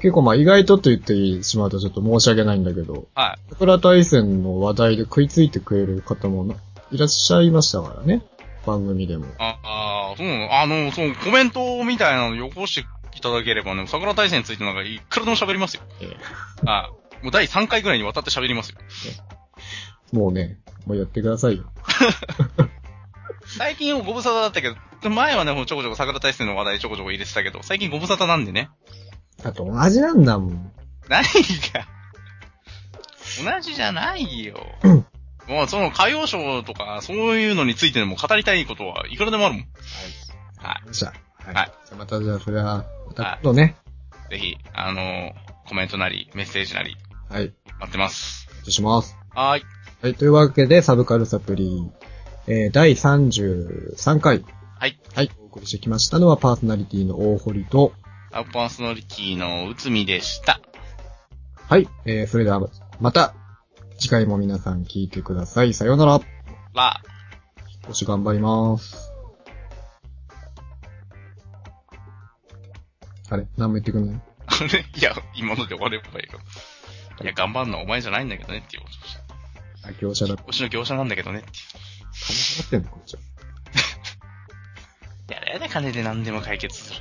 結構まあ意外とと言ってしまうとちょっと申し訳ないんだけど、
は
桜大戦の話題で食いついてくれる方もないらっしゃいましたからね。番組でも。
ああー、そうなのあの、そう、コメントみたいなのよこしていただければね、桜大戦についてなんかいくらでも喋りますよ。
え
はい。もう第3回ぐらいにわたって喋りますよ。
もうね、もうやってくださいよ。
最近ご無沙汰だったけど、前はね、もうちょこちょこ桜大戦の話題ちょこちょこ入れてたけど、最近ご無沙汰なんでね。
だって同じなんだもん。
何が同じじゃないよ。もうその歌謡ショーとか、そういうのについてでも語りたいことはいくらでもあるもん。は
じゃあ、はい。
はい
じゃあまたじゃあそれは、また今度ね。
い。ぜひ、あのーコメントなり、メッセージなり、
はい。
待ってます。
お願いします。
はーい。
はい。というわけで、サブカルサプリ、えー、第33回。
はい。
はい。お送りしてきましたのはパーソナリティの大堀と、
アッパーソナリティの内海でした。
はい。えー、それでは、また、次回も皆さん聞いてください。さようなら。
ら、
少し頑張ります。あれ何も言ってくんない
あれ いや、今ので終わればいいよ。いや、頑張んのはお前じゃないんだけどねっていうこと。
あ、業者だ。金
うちの業者なんだけどねっていう。
払ってんのこっちは。
やれやだ金で何でも解決する。